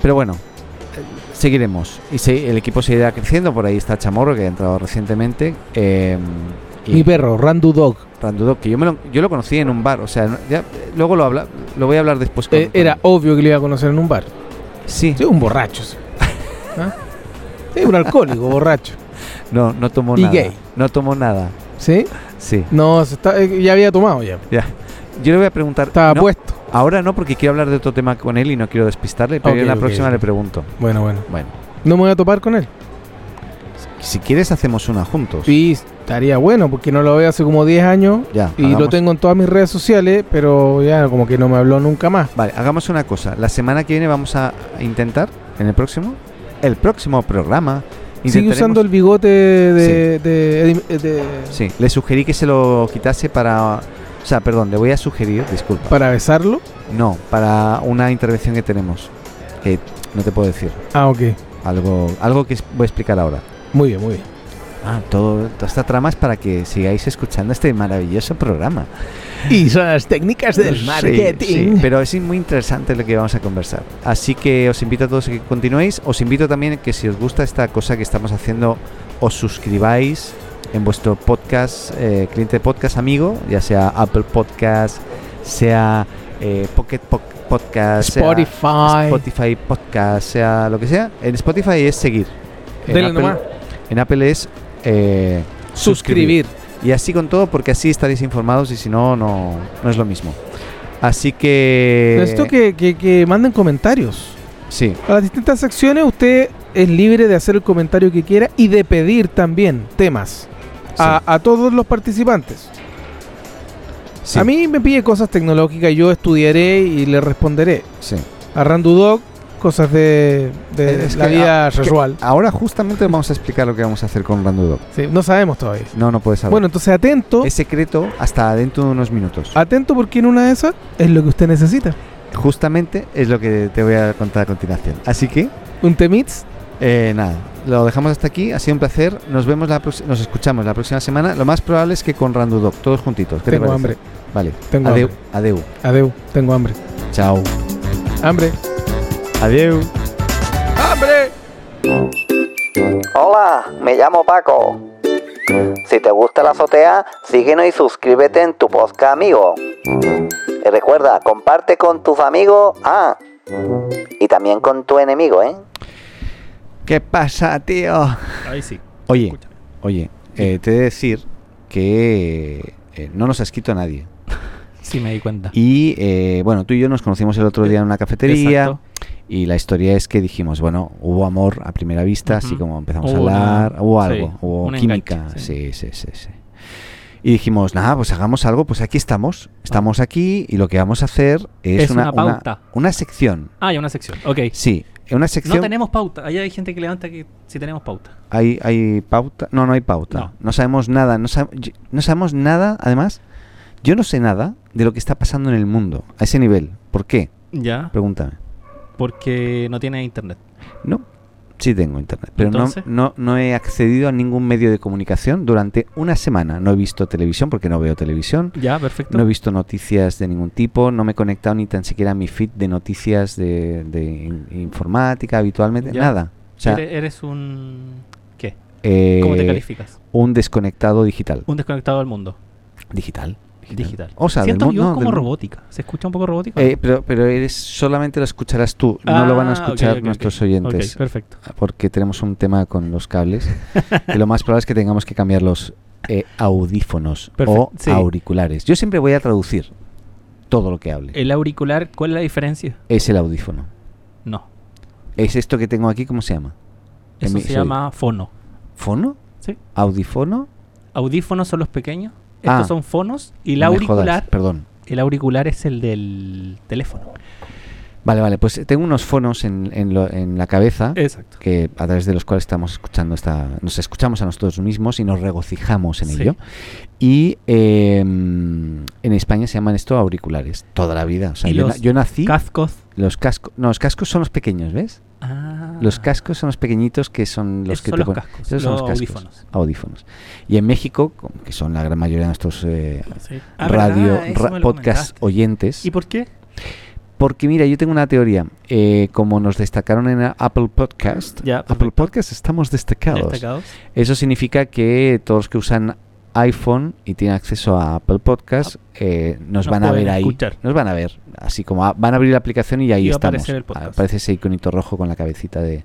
Pero bueno, eh, seguiremos. Y se- el equipo seguirá creciendo, por ahí está Chamorro, que ha entrado recientemente. eh, y Mi perro, Randu Dog, Randudo, que yo, me lo, yo lo conocí en un bar, o sea, no- ya- luego lo, habla, lo voy a hablar después. con- eh, era obvio que le iba a conocer en un bar. Sí, Sí, un borracho. sí. ¿Ah? Sí, un alcohólico, borracho. no, no tomó Y nada. gay. No tomó nada, ¿Sí? sí. No, se está- eh, ya había tomado ya. Ya. Yo le voy a preguntar. Estaba no, puesto. Ahora no, porque quiero hablar de otro tema con él y no quiero despistarle, pero Ok, yo en la ok, próxima ok. le pregunto. Bueno, bueno. Bueno, No me voy a topar con él. si quieres hacemos una juntos. Sí, estaría bueno porque no lo veo hace como 10 años Ya. y hagamos- lo tengo en todas mis redes sociales, pero ya como que no me habló nunca más. Vale, hagamos una cosa. La semana que viene vamos a intentar, en el próximo, el próximo programa. Sigue intentaremos- usando el bigote de... de- eh, de- de- Sí, le sugerí que se lo quitase para... O sea, perdón, le voy a sugerir, disculpa. para besarlo. No, para una intervención que tenemos. Que no te puedo decir. Ah, ok. Algo, algo que es- voy a explicar ahora. Muy bien, muy bien. Ah, todo, toda esta trama es para que sigáis escuchando este maravilloso programa. Y son las técnicas Sí, sí, pero es muy interesante lo que vamos a conversar. Así que os invito a todos a que continuéis. Os invito también que si os gusta esta cosa que estamos haciendo, os suscribáis en vuestro podcast, eh, cliente de podcast amigo, ya sea Apple Podcast, sea eh, Pocket Po- Podcast, sea Spotify. Spotify Podcast, sea lo que sea. En Spotify es seguir. En, Dele Apple, nomás. en Apple es eh, Suscribir. y así con todo, porque así estaréis informados y si no, no, no es lo mismo. Así que... Necesito que, que- que manden comentarios. Sí, A las distintas secciones usted es libre de hacer el comentario que quiera y de pedir también temas a, a todos los participantes. sí, A mí me pide cosas tecnológicas, y yo estudiaré y le responderé. sí. A Randu Dog, cosas de, de Es la que- vida ah, que- sexual. Ahora justamente vamos a explicar lo que vamos a hacer con Randudo. Sí, no sabemos todavía. No, no puedes saber. Bueno, entonces atento. es secreto hasta dentro de unos minutos. Atento porque en una de esas es lo que usted necesita. Justamente es lo que te voy a contar a continuación. Así que, Un temits. eh, nada, lo dejamos hasta aquí. Ha sido un placer. Nos vemos la prox- nos escuchamos la próxima semana. Lo más probable es que con Randudo, todos juntitos. ¿Qué te Tengo parece? hambre. Vale. Tengo Adeu. hambre. Adeu. Adeu. Tengo hambre. Chao. Hambre. Adeu. ¡Hambre! Hola, me llamo Paco. Si te gusta la azotea, síguenos y suscríbete en tu podcast amigo. Y recuerda, comparte con tus amigos, ah, y también con tu enemigo, ¿eh? ¿Qué pasa, tío? Ahí sí. Oye, Escúchame. oye, eh, te he de decir que eh, no nos ha escrito nadie. Sí, me di cuenta. Y eh, bueno, tú y yo nos conocimos el otro día en una cafetería Exacto. y la historia es que dijimos, bueno, hubo amor a primera vista, así Ujú. como empezamos Hubo a una- hablar, hubo sí, algo, hubo un química, enganche, sí. sí. Sí, sí, sí. Y dijimos, nada, pues hagamos algo, pues aquí estamos, estamos aquí y lo que vamos a hacer es, Es una pauta. una sección. Ah, hay una sección. Ok. Sí, una sección... No tenemos pauta. Allá hay gente que levanta que sí tenemos pauta. ¿Hay, hay pauta? No, no hay pauta. No, No. sabemos nada. No, sab- yo- no sabemos nada, además. Yo no sé nada de lo que está pasando en el mundo a ese nivel. ¿Por qué? Ya. Pregúntame. Porque no tiene internet. No, sí tengo internet, pero no, Entonces. no, no he accedido a ningún medio de comunicación durante una semana. No he visto televisión porque no veo televisión. Ya, perfecto. No he visto noticias de ningún tipo, no me he conectado ni tan siquiera a mi feed de noticias de, de in- informática habitualmente, Ya. nada. O sea, eres, eres un. ¿Qué? eh, ¿Cómo te calificas? un desconectado digital. Un desconectado del mundo. Digital. Digital. O sea, del Siento mu- yo no, como del mu- robótica. ¿Se escucha un poco robótico? Eh, pero pero eres, solamente lo escucharás tú, no lo van a Ah, ok, escuchar ok, ok. nuestros oyentes. Ok, perfecto. Porque tenemos un tema con los cables. y lo más probable es que tengamos que cambiar los eh, audífonos Perfecto, o sí. auriculares. Yo siempre voy a traducir todo lo que hable. ¿El auricular, cuál es la diferencia? Es el audífono. No. ¿Es esto que tengo aquí? ¿Cómo se llama? En Eso mi- se soy- llama fono. ¿Fono? Sí. ¿Audifono? Audífonos son los pequeños. Ah. Estos son fonos. Y el No me jodas, auricular. Perdón. El auricular es el del teléfono. Vale, vale. Pues tengo unos fonos en, en lo- en la cabeza. Exacto. que a través de los cuales estamos escuchando esta, nos escuchamos a nosotros mismos y nos regocijamos en Sí. ello. Y eh, en España se llaman esto auriculares, toda la vida. O sea, Y yo, los na- yo nací, Cascos. los cascos, no, los cascos son los pequeños, ¿ves? Ah. Los cascos son los pequeñitos que son los Esos que son te los ponen- cascos, esos son los los cascos, audífonos. audífonos. Y en México, como que son la gran mayoría de nuestros eh, Sí. Ah, radio, verdad, eso ra- me lo podcast comentaste. oyentes, ¿Y por qué? porque mira, yo tengo una teoría. Eh, como nos destacaron en a- Apple Podcast, Ya, Apple perfecto. Podcast estamos destacados. Destacados. Eso significa que todos los que usan iPhone y tienen acceso a Apple Podcast eh, nos Ah. Nos van a pueden ver ahí. escuchar. Nos van a ver. Así como a- van a abrir la aplicación y ahí Y va a estamos. Ah, aparecer el podcast. Aparece ese iconito rojo con la cabecita de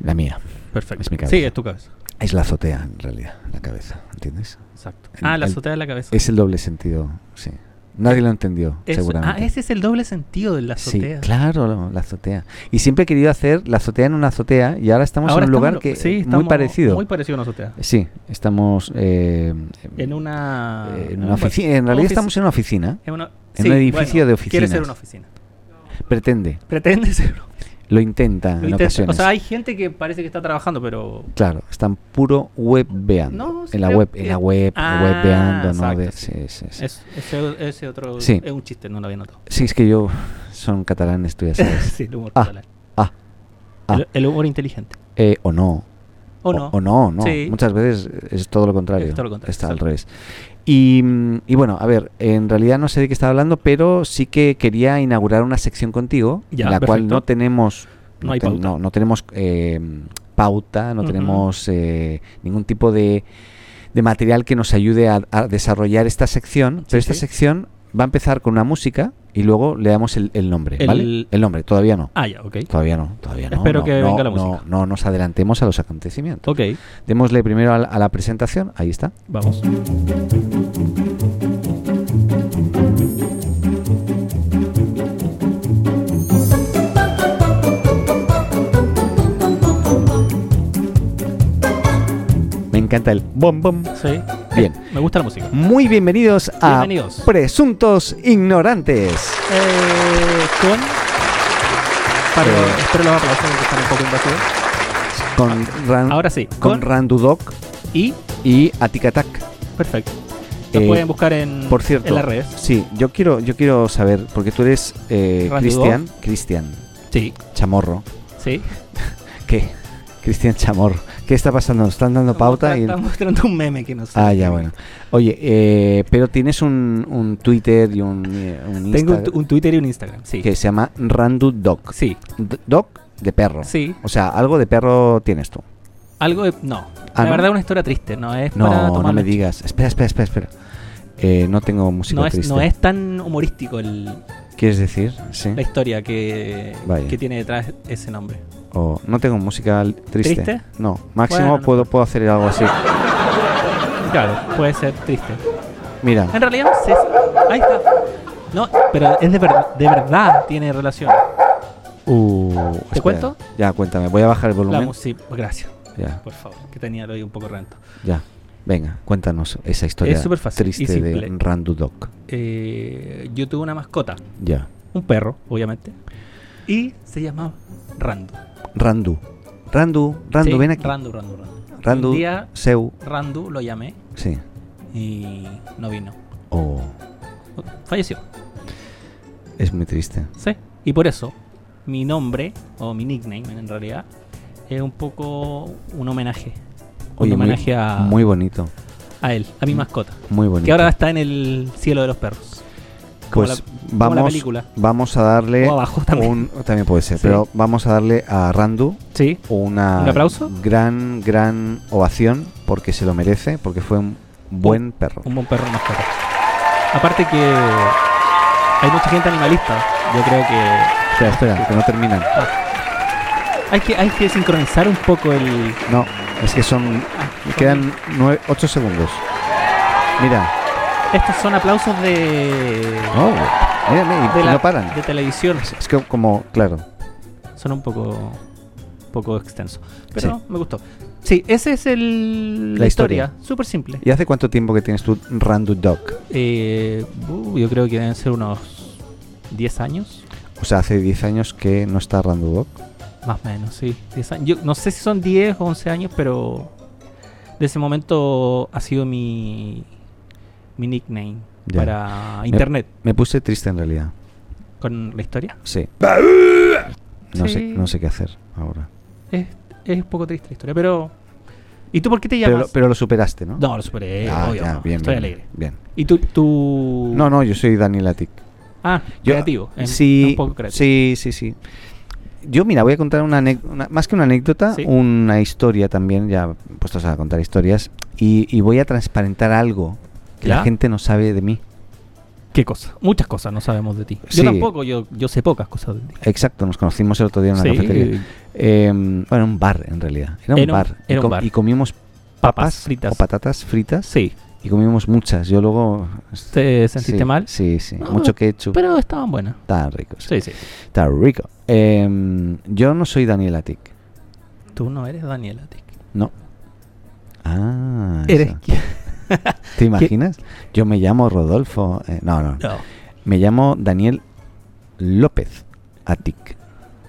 la mía. Perfecto. Es mi cabeza. sí, es tu cabeza. Es la azotea en realidad, la cabeza, ¿entiendes? Exacto. El- Ah, la el- azotea de la cabeza. Es el doble sentido, sí. Nadie lo entendió, Eso- seguramente. Ah, ese es el doble sentido de la azotea. Sí, claro, lo- la azotea. Y siempre he querido hacer la azotea en una azotea y ahora estamos Ahora en un lugar estamos- que sí, muy estamos parecido. Muy parecido a una azotea. Sí, estamos eh, En una. eh, en una oficina. En realidad estamos en una oficina. en un edificio de Quiere ser oficinas. una oficina. Pretende, Pretende ser. una- lo intenta lo en intenta. ocasiones. O sea, hay gente que parece que está trabajando, pero. claro, están puro webbeando. No, sí en la creo web, que- en la web, Ah, webbeando, ¿no? exacto, De- sí. sí, sí, sí. es- ese, ese otro. Sí. Es un chiste, no lo había notado. Sí, es que yo son catalanes, tú ya sabes. sí, el humor Ah, catalán. ah, ah. El, el humor inteligente. Eh, o no. ¿O, no? O no, no. Sí. Muchas veces es todo lo contrario. Es todo lo contrario, Está al exacto. revés. Y, mm, y bueno, a ver, en realidad no sé de qué estaba hablando, pero sí que quería inaugurar una sección contigo, Ya, en la cual perfecto. no tenemos. No hay pauta. No, no tenemos eh, pauta, no Ujú. tenemos eh, ningún tipo de, de material que nos ayude a, a desarrollar esta sección, Sí, pero esta sí. sección va a empezar con una música y luego le damos el, el nombre, El- ¿vale? El nombre, todavía no. Ah, ya, ok. Todavía no, todavía no. Espero no, que no, venga la no, música. No, nos adelantemos a los acontecimientos. Ok, Démosle primero a la, a la presentación. Ahí está. vamos. Me encanta el bom bom. Sí. Bien. Me gusta la música. Muy bienvenidos a Bienvenidos. Presuntos Ignorantes. Eh, con. Paro, Eh. espero los aplausos que están un poco invasivos. Con, Ran- Ahora sí, Ah. con, con, Randudoc y. y Atikatak. Perfecto. Lo Eh, pueden buscar en, Por cierto. Mm, en las redes. Sí, yo quiero, yo quiero saber, porque tú eres eh, Randudoc. Cristian. Cristian Sí, Chamorro. sí. ¿Qué? Cristian Chamorro. ¿Qué está pasando? Nos están dando pauta y. Están mostrando un meme que no sé. Ah, ya, bueno. Oye, eh, pero tienes un, un Twitter y un, eh, un Tengo un, Instagram tu- un Twitter y un Instagram. Sí. que se llama Randudoc. Sí, D- Doc de perro. sí. O sea, algo de perro tienes tú. Algo de. No. Ah, la ¿no? verdad es una historia triste. No es para No, no tomarlo me en digas. Espera, espera, espera, espera. Eh, no tengo música No es, triste. no es tan humorístico el- ¿Quieres decir? Sí. la historia que, Vaya. que tiene detrás ese nombre. O no tengo música l- triste. ¿Triste? No. Máximo Bueno, no puedo, puedo hacer algo así. Claro, puede ser triste. Mira. En realidad, no sé si- ahí está. No, pero es de, ver- de verdad tiene relación. Uh, ¿Te espera. cuento? Ya, cuéntame. Voy a bajar el La volumen. música. Gracias, Ya, por favor, que tenía el oído un poco rento. ya. Venga, cuéntanos esa historia Es superfácil y triste de simple. Randu Doc. Eh, yo tuve una mascota, Ya. un perro, obviamente, y se llamaba Randu. Randu. Randu, Randu, Sí, ven aquí. Randu, Randu, Randu. Randu, Un día Seu. Randu lo llamé Sí. y no vino. Oh, Falleció, es muy triste. sí. Y por eso, mi nombre, o mi nickname en realidad, es un poco un homenaje. Un Oye, muy- homenaje a, Muy bonito. a él, a mi mascota. Muy Mm. bonito. Que ahora está en el cielo de los perros. como Pues la- como vamos, la película. vamos a darle O abajo también. un también puede ser, Sí. pero vamos a darle a Randu Sí, una ¿Un aplauso? gran gran ovación porque se lo merece, porque fue un buen perro. un buen perro mascota. Aparte que hay mucha gente animalista. Yo creo que Espera, espera, que no terminan. hay que, hay que sincronizar un poco el... No, es que son ah, me son- quedan 8 segundos. Mira, Estos son aplausos de... oh, mírame, y- de y la- no paran. De televisión. Es- Es que como claro, Son un poco poco extenso. Pero me gustó. Sí, ese es el... La historia. Súper simple. ¿Y hace cuánto tiempo que tienes tu Randu Dog? Eh, uh, yo creo que deben ser unos 10 años. O sea, hace 10 años que no está Randu Dog. Más o menos, sí. 10 años. Yo no sé si son 10 o 11 años, pero de ese momento ha sido mi, mi nickname Ya. Eh. para internet Me puse triste en realidad. con la historia. Sí. No, Sé, Sí. no sé qué hacer ahora. Es, es un poco triste la historia, pero... ¿Y tú por qué te Pero, llamas? lo- pero lo superaste, ¿no? no, lo superé, Ah, obvio, ya, no, bien, estoy bien, alegre. Bien. ¿Y tú, tú...? No, no, yo soy Dani Latic. Ah, Yo- creativo. en- sí, un poco creativo. sí, sí, sí. Yo, mira, voy a contar una, anec- una- más que una anécdota, Sí. una historia también, ya puestos a contar historias, y, y voy a transparentar algo que ¿Ya? la gente no sabe de mí. ¿Qué cosa? Muchas cosas no sabemos de ti. Sí. Yo tampoco, yo, yo sé pocas cosas de ti. Exacto, nos conocimos el otro día en una Sí, cafetería. Eh, bueno, un bar, en realidad. Era un, Era un- bar. y, era un com- bar. y comimos Papas papas fritas. o patatas fritas Sí. y comimos muchas. Yo luego... ¿Te sentiste sí, mal? Sí, sí. No, Mucho ketchup. Pero estaban buenas. Está rico. Sí, sí. Está rico. Em, yo no soy Daniel Atik. Tú no eres Daniela Tic. No. Ah. Eres esa. que- ¿Te imaginas? Yo me llamo Rodolfo. eh, no, no. No. Me llamo Daniel López Atik.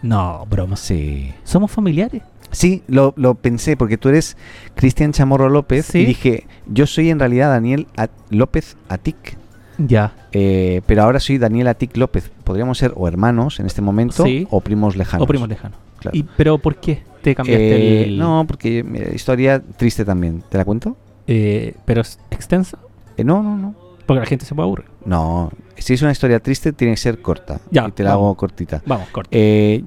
No, bromas. Sí. Somos familiares. Sí, lo, lo pensé porque tú eres Cristian Chamorro López Sí. y dije, yo soy en realidad Daniel At- López Atik. Ya. eh, pero ahora soy Daniel Atik López. Podríamos ser o hermanos en este momento Sí. o primos lejanos. O primos lejanos. Claro. ¿Y, pero por qué te cambiaste Eh, el.? No, porque mira, historia triste también. ¿Te la cuento? eh, pero es extensa. Eh, no, no, no. Porque la gente se puede aburrir. No, si es una historia triste tiene que ser corta. Ya, y te la vamos. hago cortita. Vamos, corte. Eh,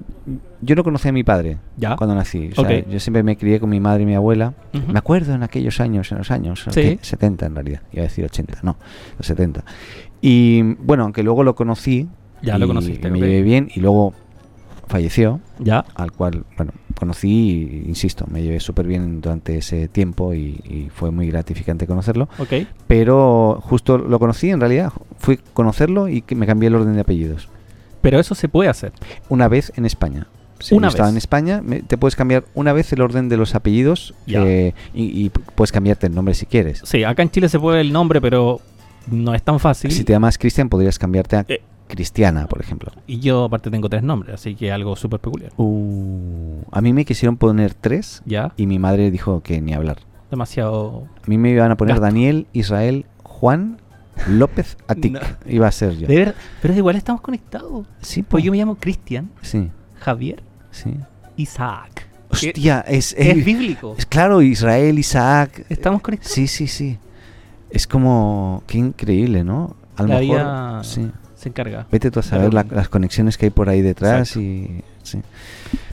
yo no conocí a mi padre ya. cuando nací. O sea, Ah. Ok. Yo siempre me crié con mi madre y mi abuela. Ujú. Me acuerdo en aquellos años, en los años Sí. oche- 70 en realidad. Iba a decir 80, no, los 70. Y bueno, aunque luego lo conocí. Ya lo y conociste. Me ok. llevé bien y luego falleció. Ya. al cual, bueno, conocí, y, insisto, me llevé súper bien durante ese tiempo y, y fue muy gratificante conocerlo. Ok. Pero justo lo conocí, en realidad, fui a conocerlo y que me cambié el orden de apellidos. Pero eso se puede hacer. Una vez en España. Si Una yo estaba vez. en España, me- te puedes cambiar una vez el orden de los apellidos Ya. eh, y, y puedes cambiarte el nombre si quieres. Sí, acá en Chile se puede el nombre, pero no es tan fácil. Si te llamas Cristian, podrías cambiarte a Eh. Cristiana, por ejemplo. Y yo, aparte, tengo tres nombres, así que algo súper peculiar. Uh. a mí me quisieron poner tres Ya. y mi madre dijo que ni hablar. Demasiado. A mí me iban a poner Gasto. Daniel Israel Juan López Atik. No. Iba a ser yo. De ver- Pero igual estamos conectados. Sí, Pues yo po. me llamo Cristian, Sí, Javier, sí. Isaac. Hostia, es, Es es- bíblico. es claro, Israel, Isaac. Estamos conectados. Sí, sí, sí. Es como. Qué increíble, ¿no? A lo La mejor. vida Sí. se encarga. Vete tú a saber la- las conexiones que hay por ahí detrás y. Sí.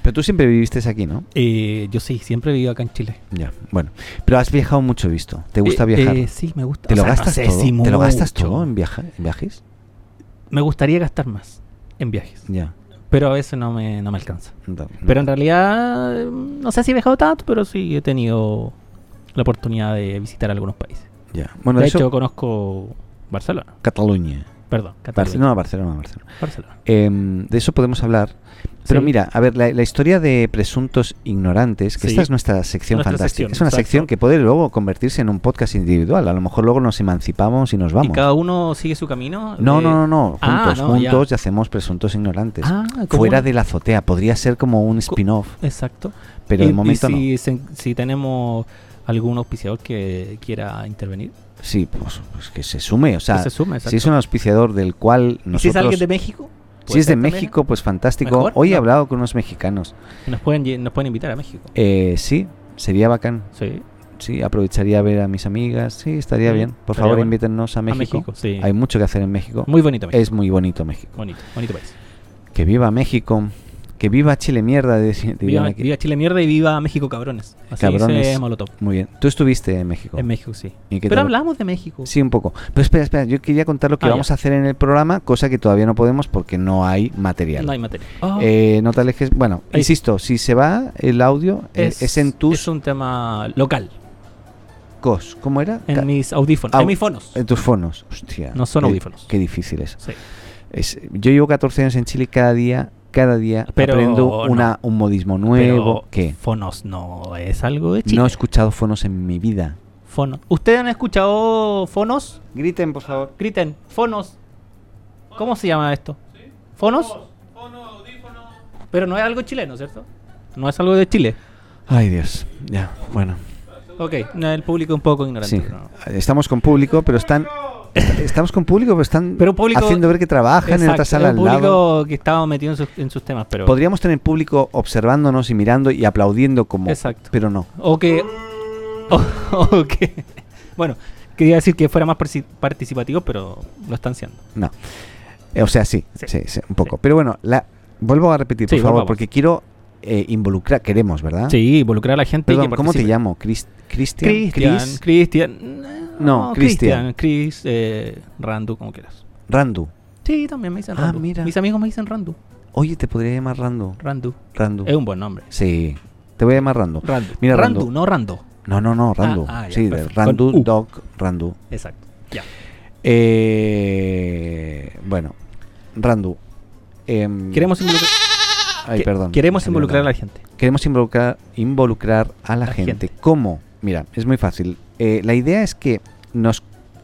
Pero tú siempre viviste aquí, ¿no? Eh, yo sí, siempre he vivido acá en Chile. Ya, bueno. Pero has viajado mucho, visto. ¿Te gusta Eh, viajar? eh, sí, me gusta. ¿Te O lo sea, no gastas sé todo? si ¿Te lo gastas mucho. todo en, viaja- en viajes? Me gustaría gastar más en viajes, Ya. pero a veces no me, no me alcanza. No, no. Pero en realidad, eh, no sé si he viajado tanto, pero sí he tenido la oportunidad de visitar algunos países. Ya. Bueno, de eso- hecho, conozco Barcelona. Cataluña. Perdón, Barcelona, Cataluña. Barcelona, Barcelona. Barcelona. Em, de eso podemos hablar. Pero Sí. mira, a ver, la, la historia de presuntos ignorantes, que Sí. esta es nuestra sección Nuestra fantástica. sección, es una exacto. sección que puede luego convertirse en un podcast individual. A lo mejor luego nos emancipamos y nos ¿Y vamos. cada uno sigue su camino? No, no, Eh, no, no. Juntos, Ah, no, ya. juntos y hacemos presuntos ignorantes. Ah, como Fuera un- de la azotea. Podría ser como un spin-off, Exacto. pero Y- de momento y si, no. se- si tenemos algún auspiciador que quiera intervenir, Sí, pues, pues que se sume. O sea, que se sume. si es un auspiciador del cual nosotros... si es alguien de México, si es de México, pues fantástico. Mejor, Hoy he no. hablado con unos mexicanos. nos pueden, lle- nos pueden invitar a México. Eh, sí, sería bacán. Sí. sí, aprovecharía a ver a mis amigas. Sí, estaría Mm, bien. Por estaría favor, bueno. invítennos a México. México, sí. Hay mucho que hacer en México. Muy bonito México. es muy bonito México. Bonito, bonito país. Que viva México. Que viva Chile mierda. de- dirían Viva, aquí. viva Chile mierda y viva México cabrones. Así Cabrones. dice Molotov. Muy bien. Tú estuviste en México. En México, sí. ¿Y qué Pero tal? hablamos de México. Sí, un poco. Pero espera, espera, yo quería contar lo que Ah, vamos ya. a hacer en el programa, cosa que todavía no podemos porque no hay material. No hay materia. Ah, Eh, no te alejes. Bueno, Ahí. insisto, si se va el audio, eh, es, en tus Oh, Es un tema local. cos. ¿Cómo era? Ca- En mis audífonos. Au- Eh, en mis fonos. En tus fonos. Hostia. No son qué- audífonos. Qué difícil es. Sí. Es- Yo llevo 14 años en Chile y cada día, cada día Pero aprendo una, un modismo nuevo. Pero que Fonos no es algo de Chile. No he escuchado fonos en mi vida. Fonos. ¿Ustedes han escuchado fonos? Griten, por favor. Griten, fonos. ¿Cómo se llama esto? ¿Fonos? Fonos, Pero no es algo chileno, ¿cierto? No es algo de Chile. Ay, Dios. Ya, bueno. Ok, no, el público un poco ignorante. Sí. ¿no? Estamos con público, pero están. est- Estamos con público, pero están Pero público- haciendo ver que trabajan en Exacto, otra sala el al público lado. que estaba metido en sus, en sus temas, pero... Podríamos tener público observándonos y mirando y aplaudiendo como. Exacto. Pero no. O que... o- o que- Bueno, quería decir que fuera más parci- participativo, pero lo están siendo. No. Eh, O sea, sí, Sí. sí, sí, un poco. Pero bueno, la, vuelvo a repetir, por Sí, favor, volvamos. porque quiero eh, involucrar, queremos, ¿verdad? Sí, involucrar a la gente y Ah. Perdón, que ¿cómo te participe. llamo? Cris- ¿Cristian? Cristian, Cris? Cristian... No, Cristian. Chris, eh, Randu, como quieras. Randu. Sí, también me dicen Ah, Randu. mira. Mis amigos me dicen Randu. Oye, te podría llamar Randu. Randu. Randu. Es un buen nombre. Sí, te voy a llamar Randu. Randu. Mira, Randu, Randu. no Rando. No, no, no, Randu. Ah, ah, ya, sí, de perfecto. Randu, Con U. Dog, Randu. Exacto. Ya. Eh, bueno, Randu. em, Queremos involucrar, ay, que- perdón, me queremos salió involucrar a la- la gente. Queremos involucrar, involucrar a la, La gente. gente. ¿Cómo? Mira, es muy fácil. Eh, la idea es que nos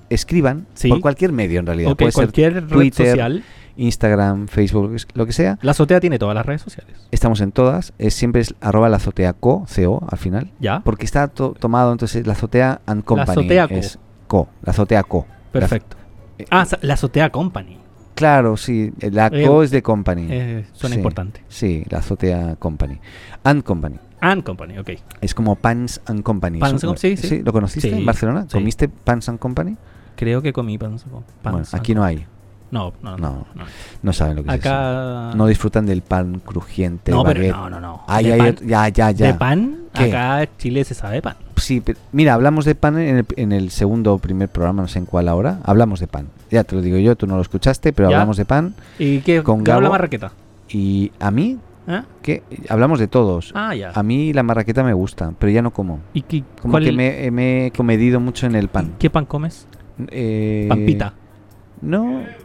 escriban Sí. por cualquier medio en realidad. Ok, Puede ser cualquier red Twitter, social. Instagram, Facebook, lo que s- lo que sea. La azotea tiene todas las redes sociales. Estamos en todas. Es, siempre es arroba la azotea co, CO al final. Ya. Porque está to- tomado entonces la azotea and company. azotea co. es co. La azotea co. La- Perfecto. Eh, Ah, sa- la azotea company. claro, sí. eh, La Eh, co es de company. Eh, suena Sí. importante. Sí, la azotea company. And company. And company, ok. Es como Pans and Company. Pans Eso- and Com- sí, sí. ¿Lo conociste Sí, en Barcelona? sí. ¿Comiste Pans and Company? Creo que comí pan. pan- Bueno, pan- aquí no hay. No, no, no. No. No saben lo que es Acá. eso. No disfrutan del pan crujiente. No, pero baguette. no, no, no. Ay, De ay, pan- ya, ya, ya. De pan, ¿Qué? acá Chile se sabe de pan. Sí, pero- mira, hablamos de pan en el, en el segundo o primer programa, no sé en cuál ahora. Hablamos de pan. Ya te lo digo yo, tú no lo escuchaste, pero Ya. hablamos de pan. ¿Y qué? Con ¿Qué habla Gabo. marraqueta? Y a mí, ¿Ah? que hablamos de todos. Ah, ya. A mí la marraqueta me gusta, pero ya no como. ¿Y qué, Como cuál- que me, eh, me he comedido mucho en el pan. ¿Qué pan comes? Eh, Pampita.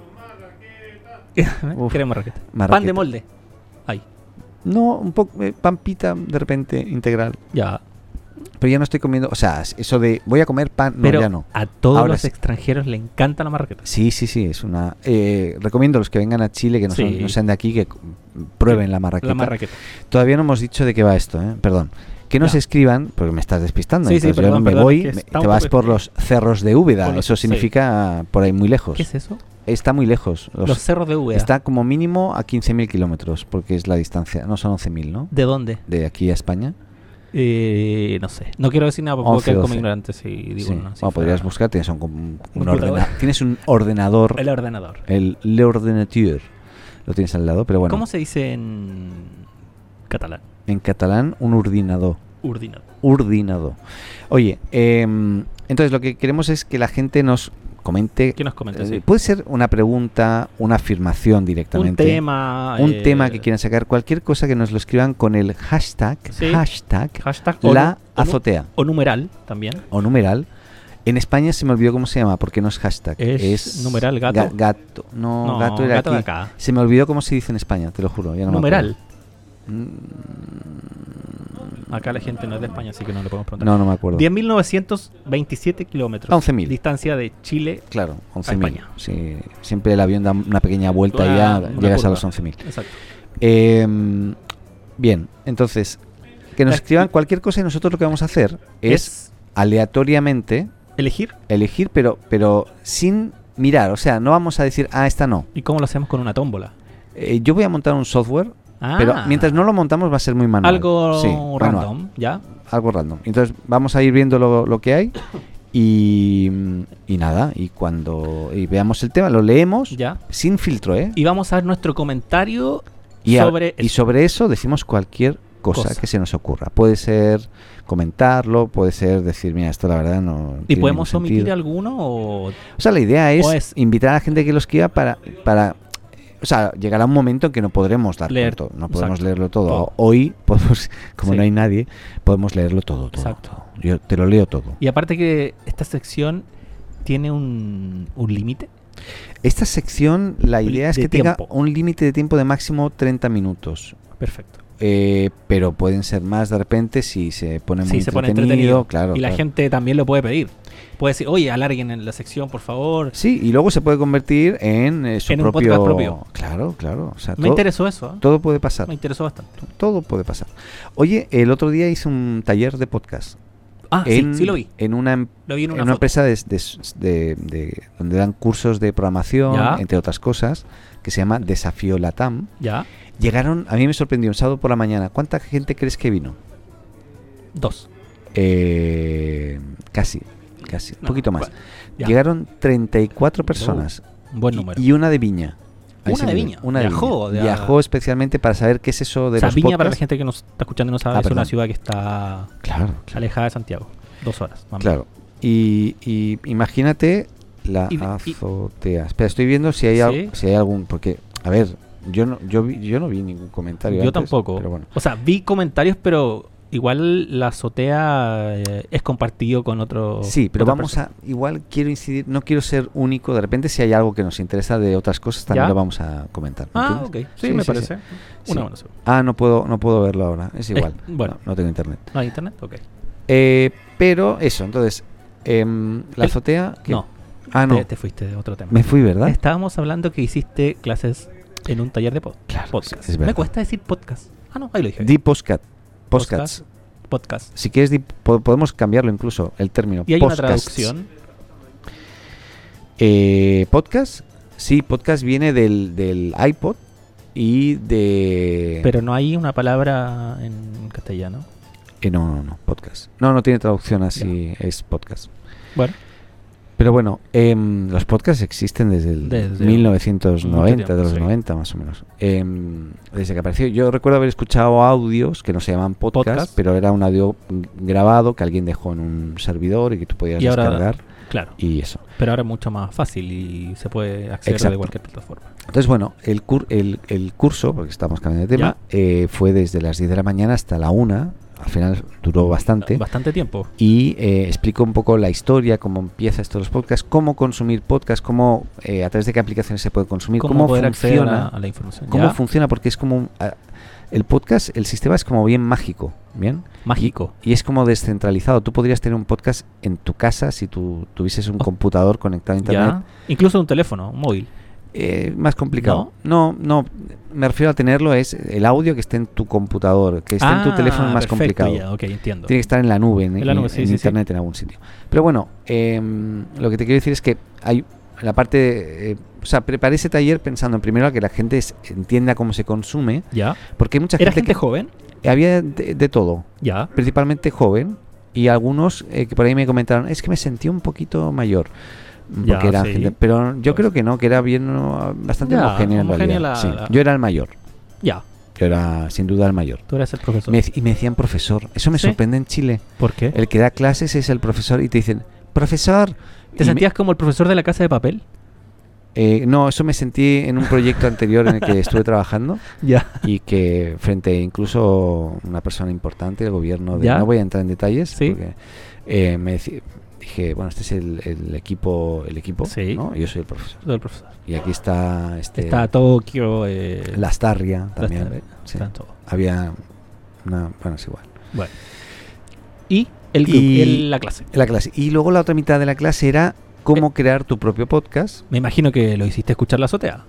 No, Uf, Queremos raqueta. Pan marraqueta. de molde. Ay, No, un poco eh, pan pita de repente integral. ya. Pero ya no estoy comiendo, o sea, es- eso de voy a comer pan, no, Pero ya no. a todos Ahora los sí. extranjeros le encanta la marraqueta. Sí, sí, sí, es una... eh, recomiendo a los que vengan a Chile, que no, son- Sí. no sean de aquí, que c- prueben la marraqueta. La marraqueta. Todavía no hemos dicho de qué va esto, ¿eh? perdón. Que nos Ya. escriban, porque me estás despistando. Sí, sí, entonces yo perdón, me perdón, voy, que me- está te un vas poco- por los cerros de Por Úbeda. los- Eso sí. significa por ahí muy lejos. ¿Qué es eso? Está muy lejos. los- Los, cerros de Úbeda. está como mínimo a 15.000 kilómetros, porque es la distancia. No son 11.000, ¿no? ¿De dónde? De aquí a España. Eh, no sé. No quiero decir nada porque puedo 11, quedar como 12. ignorante si digo Sí. una Bueno, cifra. podrías buscar, tienes un, un Un ordena- computador. tienes un ordenador, El ordenador. el, le ordenateur, lo tienes al lado, pero Eh, bueno, ¿Cómo se dice en catalán? en catalán un ordinador, Ordinador. ordinador. Oye, em, entonces lo que queremos es que la gente nos comente, ¿Qué nos comenta? eh, Sí. puede ser una pregunta, una afirmación Un directamente, tema. un eh, tema que quieran sacar, cualquier cosa que nos lo escriban con el hashtag, Sí. hashtag, Hashtag o la nu- o nu- azotea O numeral también. o numeral. En España se me olvidó cómo se llama, porque no es hashtag. Es numeral gato. ga- gato. No, No, gato era gato de aquí. acá. Se me olvidó cómo se dice en España, te lo juro. ya no me numeral. acuerdo. Mm. Acá la gente no es de España, así que no le podemos Mm, preguntar. No, no me acuerdo. 10.927 kilómetros. 11.000. Distancia de Chile. Claro, 11.000. España. Sí, siempre el avión da una pequeña vuelta y Ah, ya una llegas curva. a los 11.000. Exacto. Eh, bien, entonces, que nos La- escriban cualquier cosa y nosotros lo que vamos a hacer es Es aleatoriamente elegir. elegir, pero, pero sin mirar. O sea, no vamos a decir, ah, esta no. ¿Y cómo lo hacemos con una tómbola? Eh, yo voy a montar un software Ah, Pero mientras no lo montamos va a ser muy manual. Algo Sí, manual, random, ¿ya? algo random. Entonces vamos a ir viendo lo, lo que hay y, y nada, y cuando y veamos el tema, lo leemos Ya. sin filtro, ¿eh? Y vamos a ver nuestro comentario Y, a- sobre... y sobre eso decimos cualquier cosa, Cosa. que se nos ocurra. Puede ser comentarlo, puede ser decir, mira, esto la verdad no... ¿Y tiene podemos ningún omitir sentido". alguno o O sea, la idea es, O es- invitar a la gente que los quiera para, para... O sea, llegará un momento en que no podremos dar Leer, con todo, no podemos exacto. leerlo todo. Todo. Hoy, podemos, como Sí. no hay nadie, podemos leerlo todo, todo, Exacto. todo. Yo te lo leo todo. Y aparte que esta sección tiene un, un límite. Esta sección, la Un idea es de que tenga tiempo. un límite de tiempo de máximo 30 minutos. Perfecto. Eh, pero pueden ser más de repente si se pone muy Sí, se pone entretenido. entretenido, claro. y la claro. gente también lo puede pedir. Puede decir, oye, alarguen en la sección, por favor. Sí, y luego se puede convertir en eh, su En un propio... podcast propio. Claro, claro. O sea, Me todo- interesó eso, ¿eh? todo puede pasar. Me interesó bastante. Todo puede pasar. Oye, el otro día hice un taller de podcast. Ah, en, sí, sí lo vi. En una, em- Lo vi en en una, una foto. empresa de, de- de- de- donde dan cursos de programación, Ya. entre otras cosas, que se llama Desafío Latam. Ya, Llegaron, a mí me sorprendió, un sábado por la mañana. ¿Cuánta gente crees que vino? dos. Eh, casi, casi, un No, poquito más. bueno, ya. Llegaron 34 personas Buen y- número. y, una de Viña. A Una ese de nivel, Viña. Una de Viajó, Viña. de a- Viajó especialmente para saber qué es eso de O sea, los Viña, para la podcasts. gente que nos está escuchando y no sabe, Ah, es una perdón. ciudad que está Claro, claro. alejada de Santiago. Dos horas. más o Claro. Y, y imagínate la Y- y- azotea. Espera, estoy viendo si hay, al- Sí. si hay algún. Porque, a ver, yo no, yo, vi- yo no vi ningún comentario. Yo antes, tampoco. Pero bueno. O sea, vi comentarios, pero igual la azotea eh, es compartido con otro. Sí, pero otra vamos persona. a. Igual quiero incidir, no quiero ser único. De repente, si hay algo que nos interesa de otras cosas, también ¿Ya? lo vamos a comentar. ¿me Ah, ok. entiendes? Sí, me parece. Sí. Una buena solución. Ah, no puedo, no puedo verlo ahora. Es Eh, igual. bueno. No, no tengo internet. ¿No hay internet? Ok. Eh, pero eso, entonces. em, la El- azotea. ¿qué? No, Ah, no. Te, Este, te fuiste de otro tema. Me fui, ¿verdad? Estábamos hablando que hiciste clases en un taller de pod- Claro, podcast. es- es me verdad. cuesta decir podcast. Ah, no, ahí lo dije. Di postcat. Postcats. Podcast. Podcast. Si quieres, di- po- podemos cambiarlo incluso, el término. Y hay una podcasts. traducción. Eh, ¿Podcast? Sí, podcast viene del, del iPod y de... Pero no hay una palabra en castellano. Eh, no, no, no, podcast. No, no tiene traducción así, es podcast. Bueno, Pero bueno, em, los podcasts existen desde el Desde 1990, mucho de los tiempo, sí. 90 más o menos. Em, desde que apareció, yo recuerdo haber escuchado audios que no se llamaban podcast, Podcast. pero era un audio grabado que alguien dejó en un servidor y que tú podías Y ahora- descargar claro. y eso. Pero ahora es mucho más fácil y se puede acceder de Exacto. cualquier plataforma. Entonces, bueno, el, cur- el, el curso, porque estamos cambiando de tema, eh, fue desde las 10 de la mañana hasta la 1. Al final duró bastante. Bastante tiempo. Y eh, explico un poco la historia, cómo empieza esto de los podcasts, cómo consumir podcasts, cómo, eh, a través de qué aplicaciones se puede consumir, cómo, cómo, poder acceder a la, funciona. a la información. Cómo ¿ya? funciona, porque es como... un- a- el podcast, el sistema es como bien mágico, ¿bien? Mágico. Y es como descentralizado. Tú podrías tener un podcast en tu casa si tú tuvieses un Oh. computador conectado a internet. ¿ya? Incluso un teléfono, un móvil. Eh, más complicado. No. no, Me refiero a tenerlo es el audio que esté en tu computador, que esté en tu Ah, teléfono es más perfecto, complicado. ya, ok, entiendo. Tiene que estar en la nube, en, En la nube, en- sí, en sí, sí. internet, en algún sitio. Pero bueno, em, lo que te quiero decir es que hay la parte, eh, o sea, preparé ese taller pensando en primero a que la gente es- entienda cómo se consume, ¿Ya? porque hay mucha ¿Era gente, gente joven? que había de- de todo, Ya. principalmente joven y algunos eh, que por ahí me comentaron es que me sentí un poquito mayor mm, porque Ya, era sí. gente- pero yo creo que no que era bien uh, bastante Ya, homogéneo en homogénea realidad la- Sí, la- yo era el mayor Ya. yo era sin duda el mayor Tú eres el profesor. Me dec- y me decían profesor eso me ¿Sí? sorprende en Chile ¿Por qué? el que da clases es el profesor y te dicen profesor Y ¿Te me- sentías como el profesor de la casa de papel? eh, no eso me sentí en un proyecto anterior en el que estuve trabajando Ya. y que frente incluso una persona importante del gobierno de, ¿Ya? no voy a entrar en detalles Sí. porque eh, me deci- dije bueno este es el, el equipo el equipo Sí. ¿no? yo soy el profesor Del profesor. y aquí está este Está Tokio. Eh, Lastarria está- eh, también ¿eh? está- sí. está todo. había una bueno es igual Bueno. Y el club, Y- el- la clase. la clase y luego la otra mitad de la clase era Eh. cómo crear tu propio podcast Me imagino que lo hiciste escuchar la azotea.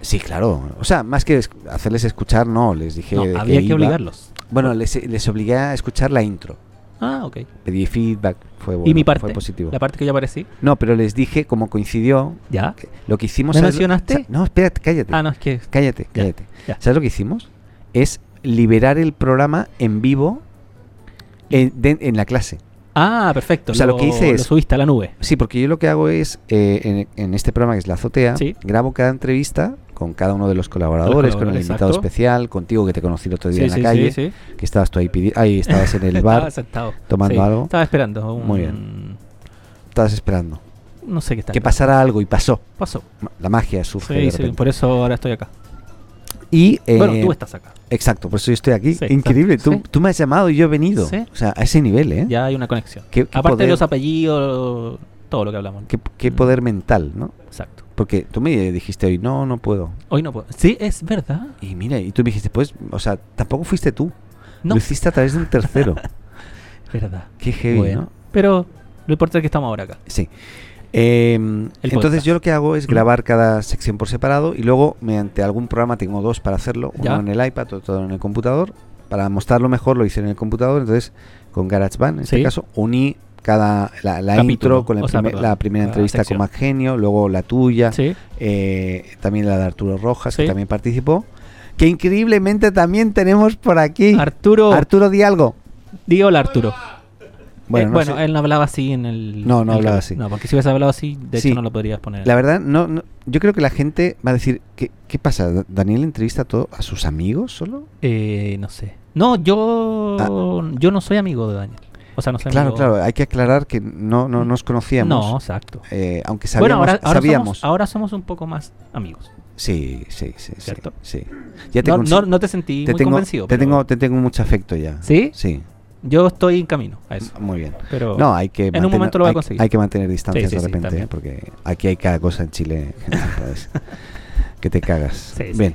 sí claro o sea más que es- hacerles escuchar no les dije no, de había que iba. obligarlos. bueno les, les obligué a escuchar la intro Ah, ok. pedí feedback fue bueno y mi parte. fue positivo La parte que yo aparecí. No, pero les dije, como coincidió, Ya. que lo que hicimos... ¿Me ¿sabes lo- mencionaste? sa- No, espérate, cállate. Ah, no, es que. Cállate, cállate. ya. ¿Sabes lo que hicimos? es liberar el programa en vivo en, de- en la clase. Ah, perfecto. O sea, lo que hice es- Lo subiste a la nube. Sí, porque yo lo que hago es, eh, en, en este programa que es La Azotea, Sí. grabo cada entrevista con cada uno de los colaboradores, con el colaboradores, invitado exacto. especial, contigo que te conocí el otro día Sí, en la sí, calle, sí, sí. que estabas tú ahí, pidi- ahí estabas en el bar, Estaba sentado. tomando Sí, algo. Estaba esperando. un- Muy bien. estabas esperando No sé qué tal. que pasara algo y pasó. Pasó. Ma- La magia surge Sí, de sí, repente. por eso ahora estoy acá. Y, eh, bueno, tú estás acá. Exacto, por eso yo estoy aquí. Sí, Increíble, tú, sí. tú me has llamado y yo he venido. Sí. O sea, a ese nivel, ¿eh? Ya hay una conexión. Qué- qué Aparte poder. de los apellidos, todo lo que hablamos. Qué, qué poder mental, ¿no? Exacto. Porque tú me dijiste hoy, no, no puedo. Hoy no puedo. Sí, es verdad. Y mira, y tú me dijiste, pues, o sea, tampoco fuiste tú. No, Lo hiciste a través de un tercero. es verdad. Qué heavy, Bueno, ¿no? Pero lo importante es que estamos ahora acá. Sí. Eh, entonces podcast. yo lo que hago es grabar cada sección por separado y luego mediante algún programa tengo dos para hacerlo, uno Ya. en el iPad, otro en el computador. Para mostrarlo mejor lo hice en el computador, entonces con GarageBand en este Sí. caso uní cada la, la Capítulo, intro con el o sea, primer- perdón, la primera la entrevista sección. con Mac Genio, luego la tuya, Sí. eh, también la de Arturo Rojas que Sí. también participó, que increíblemente también tenemos por aquí Arturo. Arturo di algo. di hola, Arturo. Eh, Bueno, no sé. él no hablaba así en el. No, no en el- hablaba así. No, porque si hubiese hablado así, de Sí. hecho no lo podrías poner. La verdad, no, no- yo creo que la gente va a decir, ¿qué, qué pasa? ¿Da- ¿Daniel entrevista a, todo, a sus amigos solo? Eh, no sé. No, yo. Yo no soy amigo de Daniel. O sea, no soy Ah. Claro, amigo. claro, hay que aclarar que no, no nos conocíamos. No, exacto. Eh, aunque bueno, sabíamos. ahora, ahora sabíamos. Somos, ahora somos un poco más amigos. Sí, sí, sí, sí, ¿Cierto? sí. Ya te, no, consi- no, no te sentí te muy tengo, convencido. te, pero tengo, te tengo mucho afecto ya. ¿Sí? Sí, Yo estoy en camino a eso. m- muy bien. Pero No, hay que en un momento lo va a hay- conseguir. Hay, que mantener distancias Sí, sí, de sí, repente, también. ¿eh? porque aquí hay cada cosa en Chile genial, ¿sabes? que te cagas. Sí, sí. bien.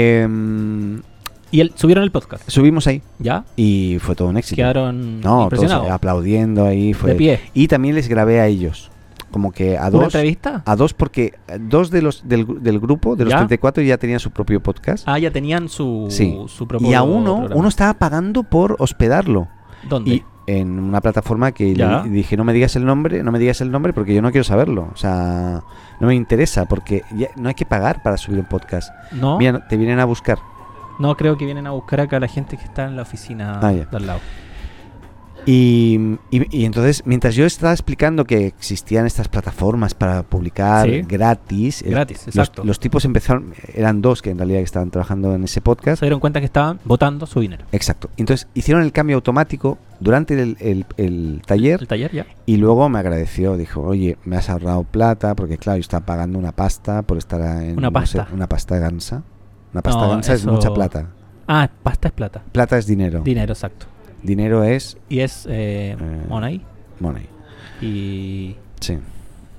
Em, Y el- subieron el podcast. subimos ahí ¿Ya? y fue todo un éxito. Quedaron No, todos impresionados. aplaudiendo ahí. Fue. Mm, de pie. Y también les grabé a ellos. Como que a ¿Una dos. entrevista? A dos porque eh, dos de los del, gru- del grupo, de los ¿Ya? 34, ya tenían su propio podcast. Ah, ya tenían su, Sí. su y propio a uno, programa. uno estaba pagando por hospedarlo. ¿Dónde? Y en una plataforma que le ¿Ya? di- dije, no me digas el nombre, no me digas el nombre porque yo no quiero saberlo. O sea, no me interesa porque ya- no hay que pagar para subir un podcast. no, Mira, no- te vienen a buscar. no creo que vienen a buscar acá a la gente que está en la oficina Ah, ya. de al lado. Y, y- y entonces, mientras yo estaba explicando que existían estas plataformas para publicar Sí. gratis, el- Gratis, Eh, los, exacto. los tipos empezaron, eran dos que en realidad que estaban trabajando en ese podcast. Se dieron cuenta que estaban votando su dinero. Exacto. Entonces hicieron el cambio automático durante el, el- el taller El taller ya. y luego me agradeció. Dijo, oye, me has ahorrado plata porque, claro, yo estaba pagando una pasta por estar en Una no sé, pasta. una pasta gansa. Una pasta No, gansa es eso- mucha plata. Ah, pasta es plata. Plata es dinero. Dinero, exacto. dinero es Y es eh, Eh. money money. y Sí.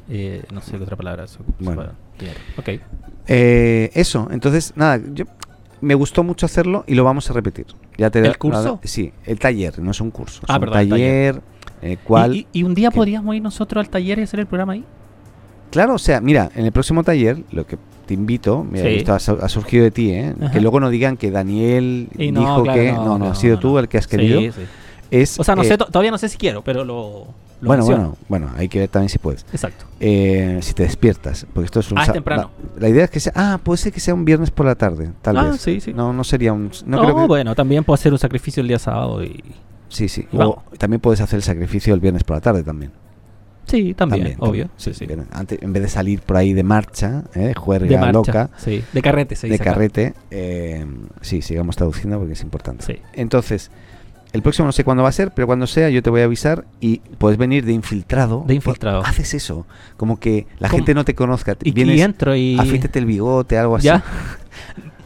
eh, no sé qué otra palabra se ocupa Bueno. para dinero. Ok. Eh, eso, entonces, nada, yo me gustó mucho hacerlo y lo vamos a repetir. Ya te ¿El la- la- curso? sí, el taller, no es un curso. Es Ah, un perdón, el taller, en el cual. Y, y- y un día ¿Qué? podríamos ir nosotros al taller y hacer el programa ahí. Claro, o sea, mira, en el próximo taller, lo que te invito, mira, Sí. esto ha, su- ha surgido de ti, ¿eh? Ajá. que luego no digan que Daniel Y dijo claro, que. No, no, Eh, no, has sido no, tú no. el que has Sí, querido. sí. Es, O sea, no eh, sé, to- todavía no sé si quiero, pero lo, lo bueno, menciono. bueno, bueno, hay que ver también si puedes. Exacto. Eh, si te despiertas, porque esto es un Ah, es sa- temprano. La, la idea es que sea. Ah, puede ser que sea un viernes por la tarde, tal Ah, vez. sí, sí. No, no sería un. No, No, creo que, bueno, también puedo hacer un sacrificio el día sábado y... Sí, sí. Y O vamos. también puedes hacer el sacrificio el viernes por la tarde también. Sí, también, obvio. también. Sí, sí. Pero antes- en vez de salir por ahí de marcha, ¿eh? juerga De marcha. loca, Sí, de carrete se de dice acá. carrete, eh, sí, sigamos traduciendo porque es importante. Sí. Entonces, el próximo no sé cuándo va a ser, pero cuando sea yo te voy a avisar y puedes venir de infiltrado. Pues, De infiltrado. Haces eso, como que la Como- gente no te conozca. te- Y, y vienes, entro y... afítate el bigote, algo así. ¿Ya?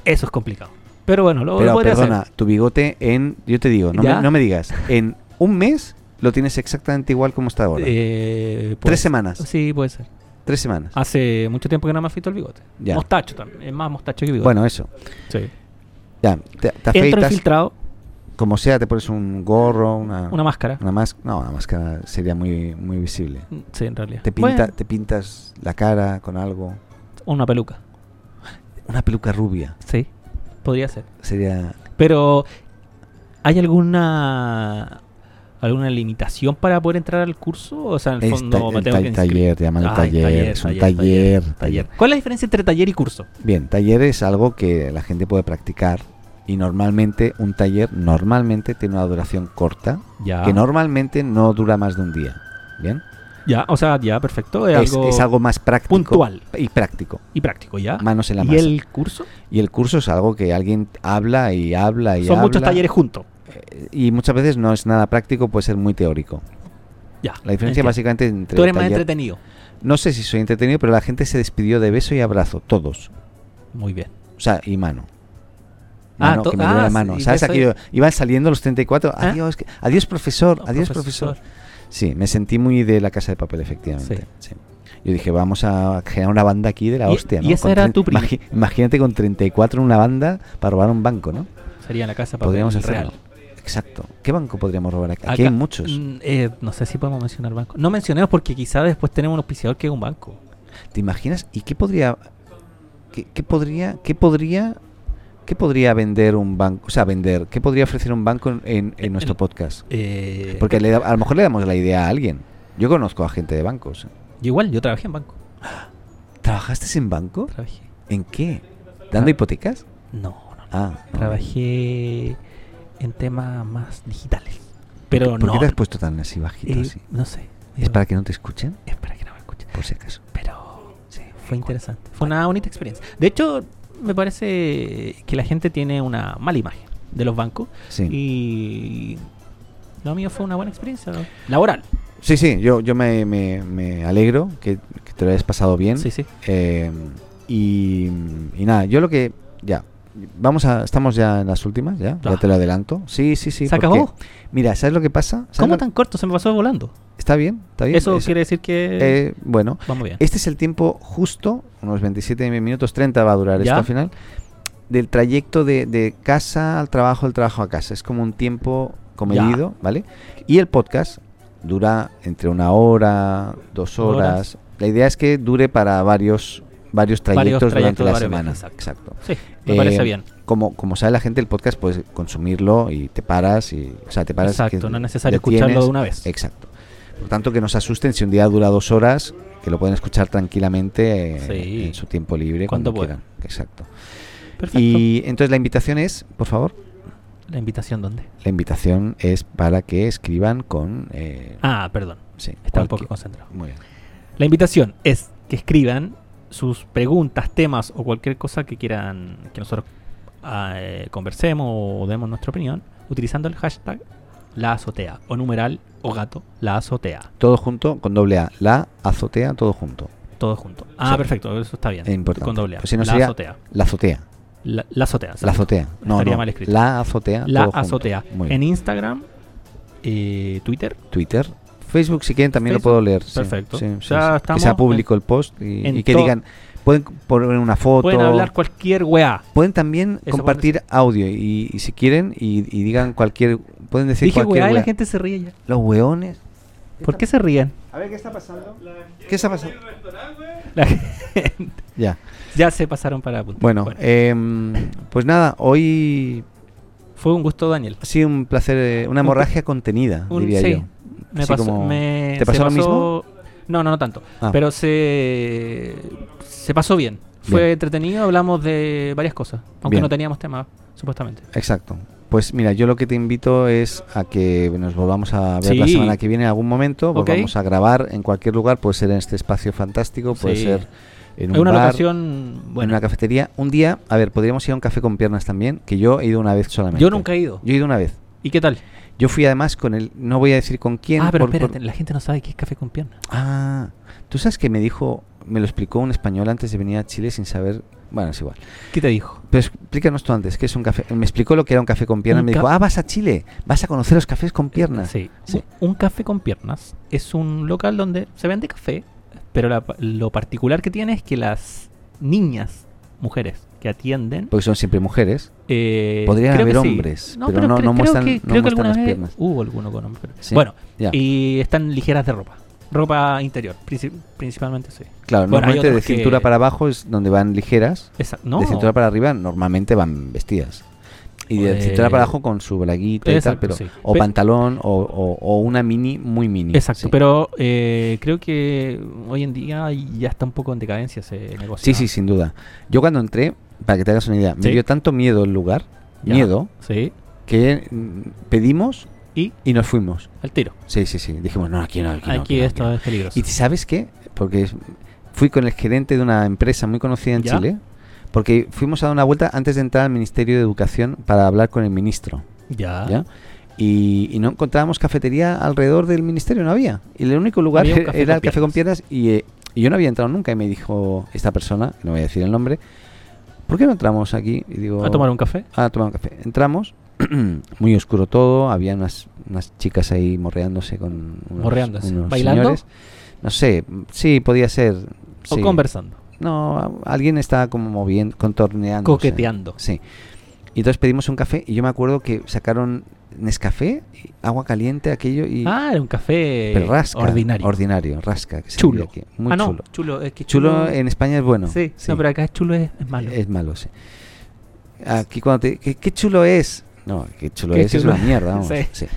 Eso es complicado. Pero bueno, lo, lo Pero podría perdona, hacer. tu bigote en, yo te digo, no ¿Ya? me, no me digas, en un mes lo tienes exactamente igual como está ahora. Eh, puede Tres ser. semanas. Sí, puede ser. Tres semanas. Hace mucho tiempo que no me afeito el bigote. Ya. Mostacho también. Es más mostacho que bigote. Bueno, eso. sí. Ya, te, te Entro afeitas, Ah. infiltrado, como sea, te pones un gorro, una, una máscara. una más- no, una máscara sería muy, muy visible. Sí, en realidad. Ah. Te, pinta, Bueno, te pintas la cara con algo. una peluca. Una peluca rubia Sí, podría ser. sería... Pero, ¿hay alguna alguna limitación para poder entrar al curso? O sea, en el Es ta- fondo me el tengo ta- que inscribir. Ah, taller, llaman Ay, taller, es un taller, taller. taller. ¿Cuál es la diferencia entre taller y curso? Bien, taller es algo que la gente puede practicar Y normalmente un taller normalmente tiene una duración corta, Ya. que normalmente no dura más de un día. ¿Bien? Ya, o sea, ya, perfecto. Es, algo, es algo más práctico. puntual. Y práctico. y práctico, ya. Manos en la ¿Y masa. el curso? Y el curso es algo que alguien habla y habla y Son habla. muchos talleres juntos. eh, Y muchas veces no es nada práctico, puede ser muy teórico. Ya. La diferencia entiendo. básicamente entre. Tú eres más taller- entretenido. No sé si soy entretenido, pero la gente se despidió de beso y abrazo, todos. Muy bien. O sea, y mano. Ah, Mano, to- que me dio la ah, mano. sí, ¿Sabes? beso y- Aquello- iban saliendo los 34. Ah. Adiós, que- adiós profesor, Oh, adiós profesor. profesor. Sí, me sentí muy de la casa de papel, efectivamente. sí. Yo dije, vamos a generar una banda aquí de la Y- hostia, y ¿no? esa Con era tre- tu prim- imagi- Imagínate con 34 en una banda para robar un banco, ¿no? Sería la casa para Podríamos el hacerlo. real. Exacto. ¿Qué banco podríamos robar aquí? Aquí hay Acá- muchos. Mm, eh, no sé si podemos mencionar banco. No mencionemos porque quizás después tenemos un auspiciador que es un banco. ¿Te imaginas? ¿Y qué podría qué, qué podría qué podría qué podría vender un banco, o sea, vender, qué podría ofrecer un banco en, en- en nuestro El- podcast? Eh, Porque le da- a lo mejor le damos la idea a alguien. Yo conozco a gente de bancos. yo igual, yo trabajé en banco. ¿Trabajaste en banco? Trabajé. ¿En qué? ¿Dando Ah. hipotecas? No, no, no. Ah, no. Trabajé en temas más digitales. Pero ¿Por no. qué te has puesto tan así bajito eh, así? No sé. ¿Es para que no te escuchen? Es para que no me escuchen. Por si acaso. Pero sí, fue interesante. Fue una bonita experiencia. De hecho, me parece que la gente tiene una mala imagen de los bancos. Sí. Y lo mío fue una buena experiencia ¿no? laboral. Sí, sí, yo, yo me, me- me alegro que, que te lo hayas pasado bien. Sí, sí. Eh, y, y nada, yo lo que. Ya. Vamos a. Estamos ya en las últimas, ya. Ah. Ya te lo adelanto. Sí, sí, sí. ¿Se porque- acabó? Mira, ¿sabes lo que pasa? ¿Sabes ¿Cómo lo- tan corto? Se me pasó volando. Está bien, está bien. Eso es- quiere decir que eh, bueno, vamos bien. este es el tiempo justo, unos 27 minutos 30 va a durar esto Ya. al final, del trayecto de, de casa al trabajo, del trabajo a casa. Es como un tiempo comedido, ¿vale? Y el podcast dura entre una hora, dos Horas. horas. La idea es que dure para varios, varios trayectos durante trayectos, la varios semana. viajes, exacto. Sí, me Eh, parece bien. Como, como sabe la gente, el podcast puedes consumirlo y te paras y. O sea, te paras. Exacto, que no es necesario detienes. escucharlo de una vez. Exacto. Por tanto, que no se asusten si un día dura dos horas, que lo pueden escuchar tranquilamente eh, Sí. en su tiempo libre, Cuando cuando, puedan. quieran. Exacto. Perfecto. Y entonces la invitación es, por favor, ¿La invitación dónde? la invitación es para que escriban con. eh, Ah, perdón. sí, Está un poco cualquier- concentrado. Muy bien. La invitación es que escriban sus preguntas, temas o cualquier cosa que quieran que nosotros ah, eh, conversemos o demos nuestra opinión utilizando el hashtag la azotea o numeral o gato la azotea. Todo junto con doble A. La azotea, todo junto. Todo junto. Ah, Sí. perfecto, eso está bien. Es importante. Con doble A. Pues si no la sería- azotea. La azotea. La, la azotea. La azotea. No, Estaría no, mal escrito. La azotea. La todo junto. azotea. Muy bien. En Instagram, eh, Twitter, Twitter. Facebook, si quieren, también Facebook, lo puedo leer. sí, perfecto. sí, sí, Ya sí. Que estamos sea público el post y, en y que to- digan, pueden poner una foto. pueden hablar cualquier weá. pueden también Eso compartir audio y, y si quieren y, y digan cualquier... Pueden decir Dije cualquier weá y la wea. gente se ríe ya. Los weones. ¿Por qué se ríen? A ver, ¿qué está pasando? ¿Qué está pasando? La gente- Ya. ya se pasaron para apuntar. Bueno, em, pues nada, hoy Fue un gusto, Daniel. ha sido un placer, eh, una hemorragia contenida, Un- diría sí, yo. Me Así pasó, como- me- ¿Te pasó se lo mismo? No, no, no tanto. Ah. Pero se, se pasó bien. Fue Bien. entretenido, hablamos de varias cosas. Aunque Bien. no teníamos tema, supuestamente. Exacto. Pues mira, yo lo que te invito es a que nos volvamos a ver la Sí. semana que viene en algún momento, Ok. volvamos a grabar en cualquier lugar, puede ser en este espacio fantástico, puede Sí. ser en Es un una bar, locación en buena. una cafetería. Un día, a ver, podríamos ir a un café con piernas también, que yo he ido una vez solamente. Yo nunca he ido. Yo he ido una vez. ¿Y qué tal? Yo fui además con el, no voy a decir con quién. Ah, pero por- por- espérate, la gente no sabe qué es café con pierna. Ah, tú sabes que me dijo, me lo explicó un español antes de venir a Chile sin saber, bueno, es igual. ¿Qué te dijo? Pero explícanos tú antes, ¿qué es un café? Me explicó lo que era un café con piernas. Un Me ca- Eh, dijo, ah, vas a Chile, vas a conocer los cafés con piernas. Sí. Sí. Un un café con piernas es un local donde se vende café, pero la- lo particular que tiene es que las niñas, mujeres que atienden, Porque son siempre mujeres. eh, podrían creo que haber sí. hombres, No, pero pero no- cre- no creo muestran- que, no creo que muestran alguna las vez piernas. hubo alguno con hombres. pero- Sí, Bueno, ya. y están ligeras de ropa. Ropa interior, princip- principalmente, sí. Claro, Bueno, hay normalmente de otros que- cintura para abajo es donde van ligeras. Esa- no, De cintura para arriba normalmente van vestidas. Y de Eh, cintura para abajo con su braguita y tal, exacto, pero, sí. o Pe- pantalón o, o- o una mini muy mini. Exacto, sí. pero eh, creo que hoy en día ya está un poco en decadencia ese negocio. Sí, ¿no? sí, sin duda. Yo cuando entré, para que te hagas una idea, me Sí. dio tanto miedo el lugar Ya. miedo Sí. que mm, pedimos Y y nos fuimos. al tiro. Sí, sí, sí. Dijimos, no, aquí no, aquí, no, Aquí no, esto no". es peligroso. ¿Y sabes qué? Porque es- fui con el gerente de una empresa muy conocida en ¿Ya? Chile, porque fuimos a dar una vuelta antes de entrar al Ministerio de Educación para hablar con el ministro. Ya. ¿ya? Y, y no encontrábamos cafetería alrededor del ministerio, no había. Y el único lugar Había un e- café era con el café con piedras y, eh, y yo no había entrado nunca y me dijo esta persona, no voy a decir el nombre, ¿por qué no entramos aquí? Y digo, "Ah, ¿A tomar un café? a tomar un café. Entramos, muy oscuro todo, había unas, unas chicas ahí morreándose con unos, Morreándose. unos ¿Bailando? señores. No sé, sí, podía ser. ¿O sí. conversando? No, a- alguien estaba como moviendo, contorneando. Coqueteando. Sí. Y entonces pedimos un café y yo me acuerdo que sacaron Nescafé, y agua caliente, aquello y... Ah, era un café pero rasca, ordinario. Ordinario, rasca. que se Chulo. diría aquí. Muy ah, no, chulo. es que Chulo en España es bueno. Sí, no, pero acá chulo es, es malo. Es malo, sí. Aquí cuando te... ¿Qué, qué chulo es? No, qué chulo Qué es, es chulo. una mierda, vamos. Sí. sí.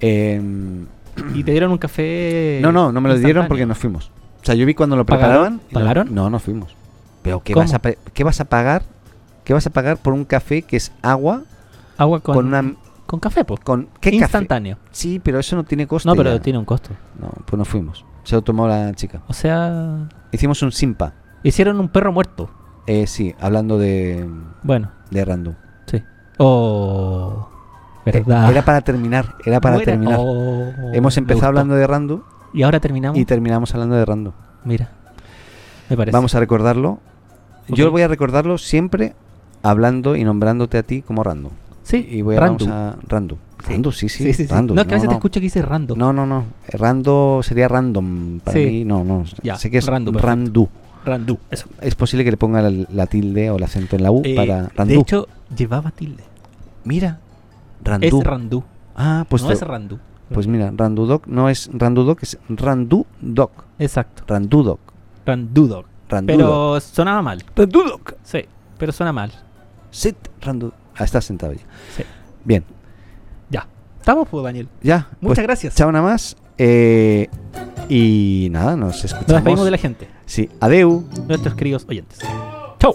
Em, Y te dieron un café. no, no, no me lo dieron instantáneo. porque nos fuimos. O sea, yo vi cuando lo ¿Pagaron? preparaban. y no- ¿Pagaron? No, no fuimos. Pero ¿qué ¿Cómo? vas, a, pa- ¿qué vas a pagar? ¿Qué vas a pagar por un café que es agua Agua con, con, una... con café, pues. Con, ¿Qué café? Instantáneo. Sí, pero eso no tiene coste. No, pero ya. tiene un costo. No, pues no fuimos. Se lo tomó la chica. O sea, Hicimos un simpa. hicieron un perro muerto. Eh, sí, hablando de, Bueno, de Random. sí. Oh, verdad. Eh, Era para terminar, era para Buena. terminar. Oh, Hemos me empezado gustó. hablando de Randu Y ahora terminamos. y terminamos hablando de Randu. Mira. Me parece. Vamos a recordarlo. Ok. Yo voy a recordarlo siempre hablando y nombrándote a ti como Randu. Sí, Y voy a, Randu. vamos a Randu. Randu, sí, sí. Sí, sí, sí. Randu, no, es que a veces no. te escucho que dice random. No, no, no. Eh, Randu sería random para Sí. mí. No, no. Ya, sé que es Randu, Randu. perfecto. Randu. Eso. Es posible que le ponga la, la tilde o el acento en la U Eh, Uh, para Randu. de hecho, llevaba tilde. mira, Randu. Es Randu. ah, pues no te- es Randu. Pues mira, Randudoc no es Randudoc, es Randudoc. Exacto. Randudoc. Randudo. Randudoc. Pero sonaba mal. Randudoc. Sí, pero suena mal. Sit, Randudoc. Ah, estás sentado ya. Sí. Bien. Ya. Estamos, pues, Daniel. Ya. Muchas pues, gracias. Chao nada más. eh, y nada, nos escuchamos. Nos despedimos de la gente, Sí, adeu. nuestros queridos oyentes. Chau.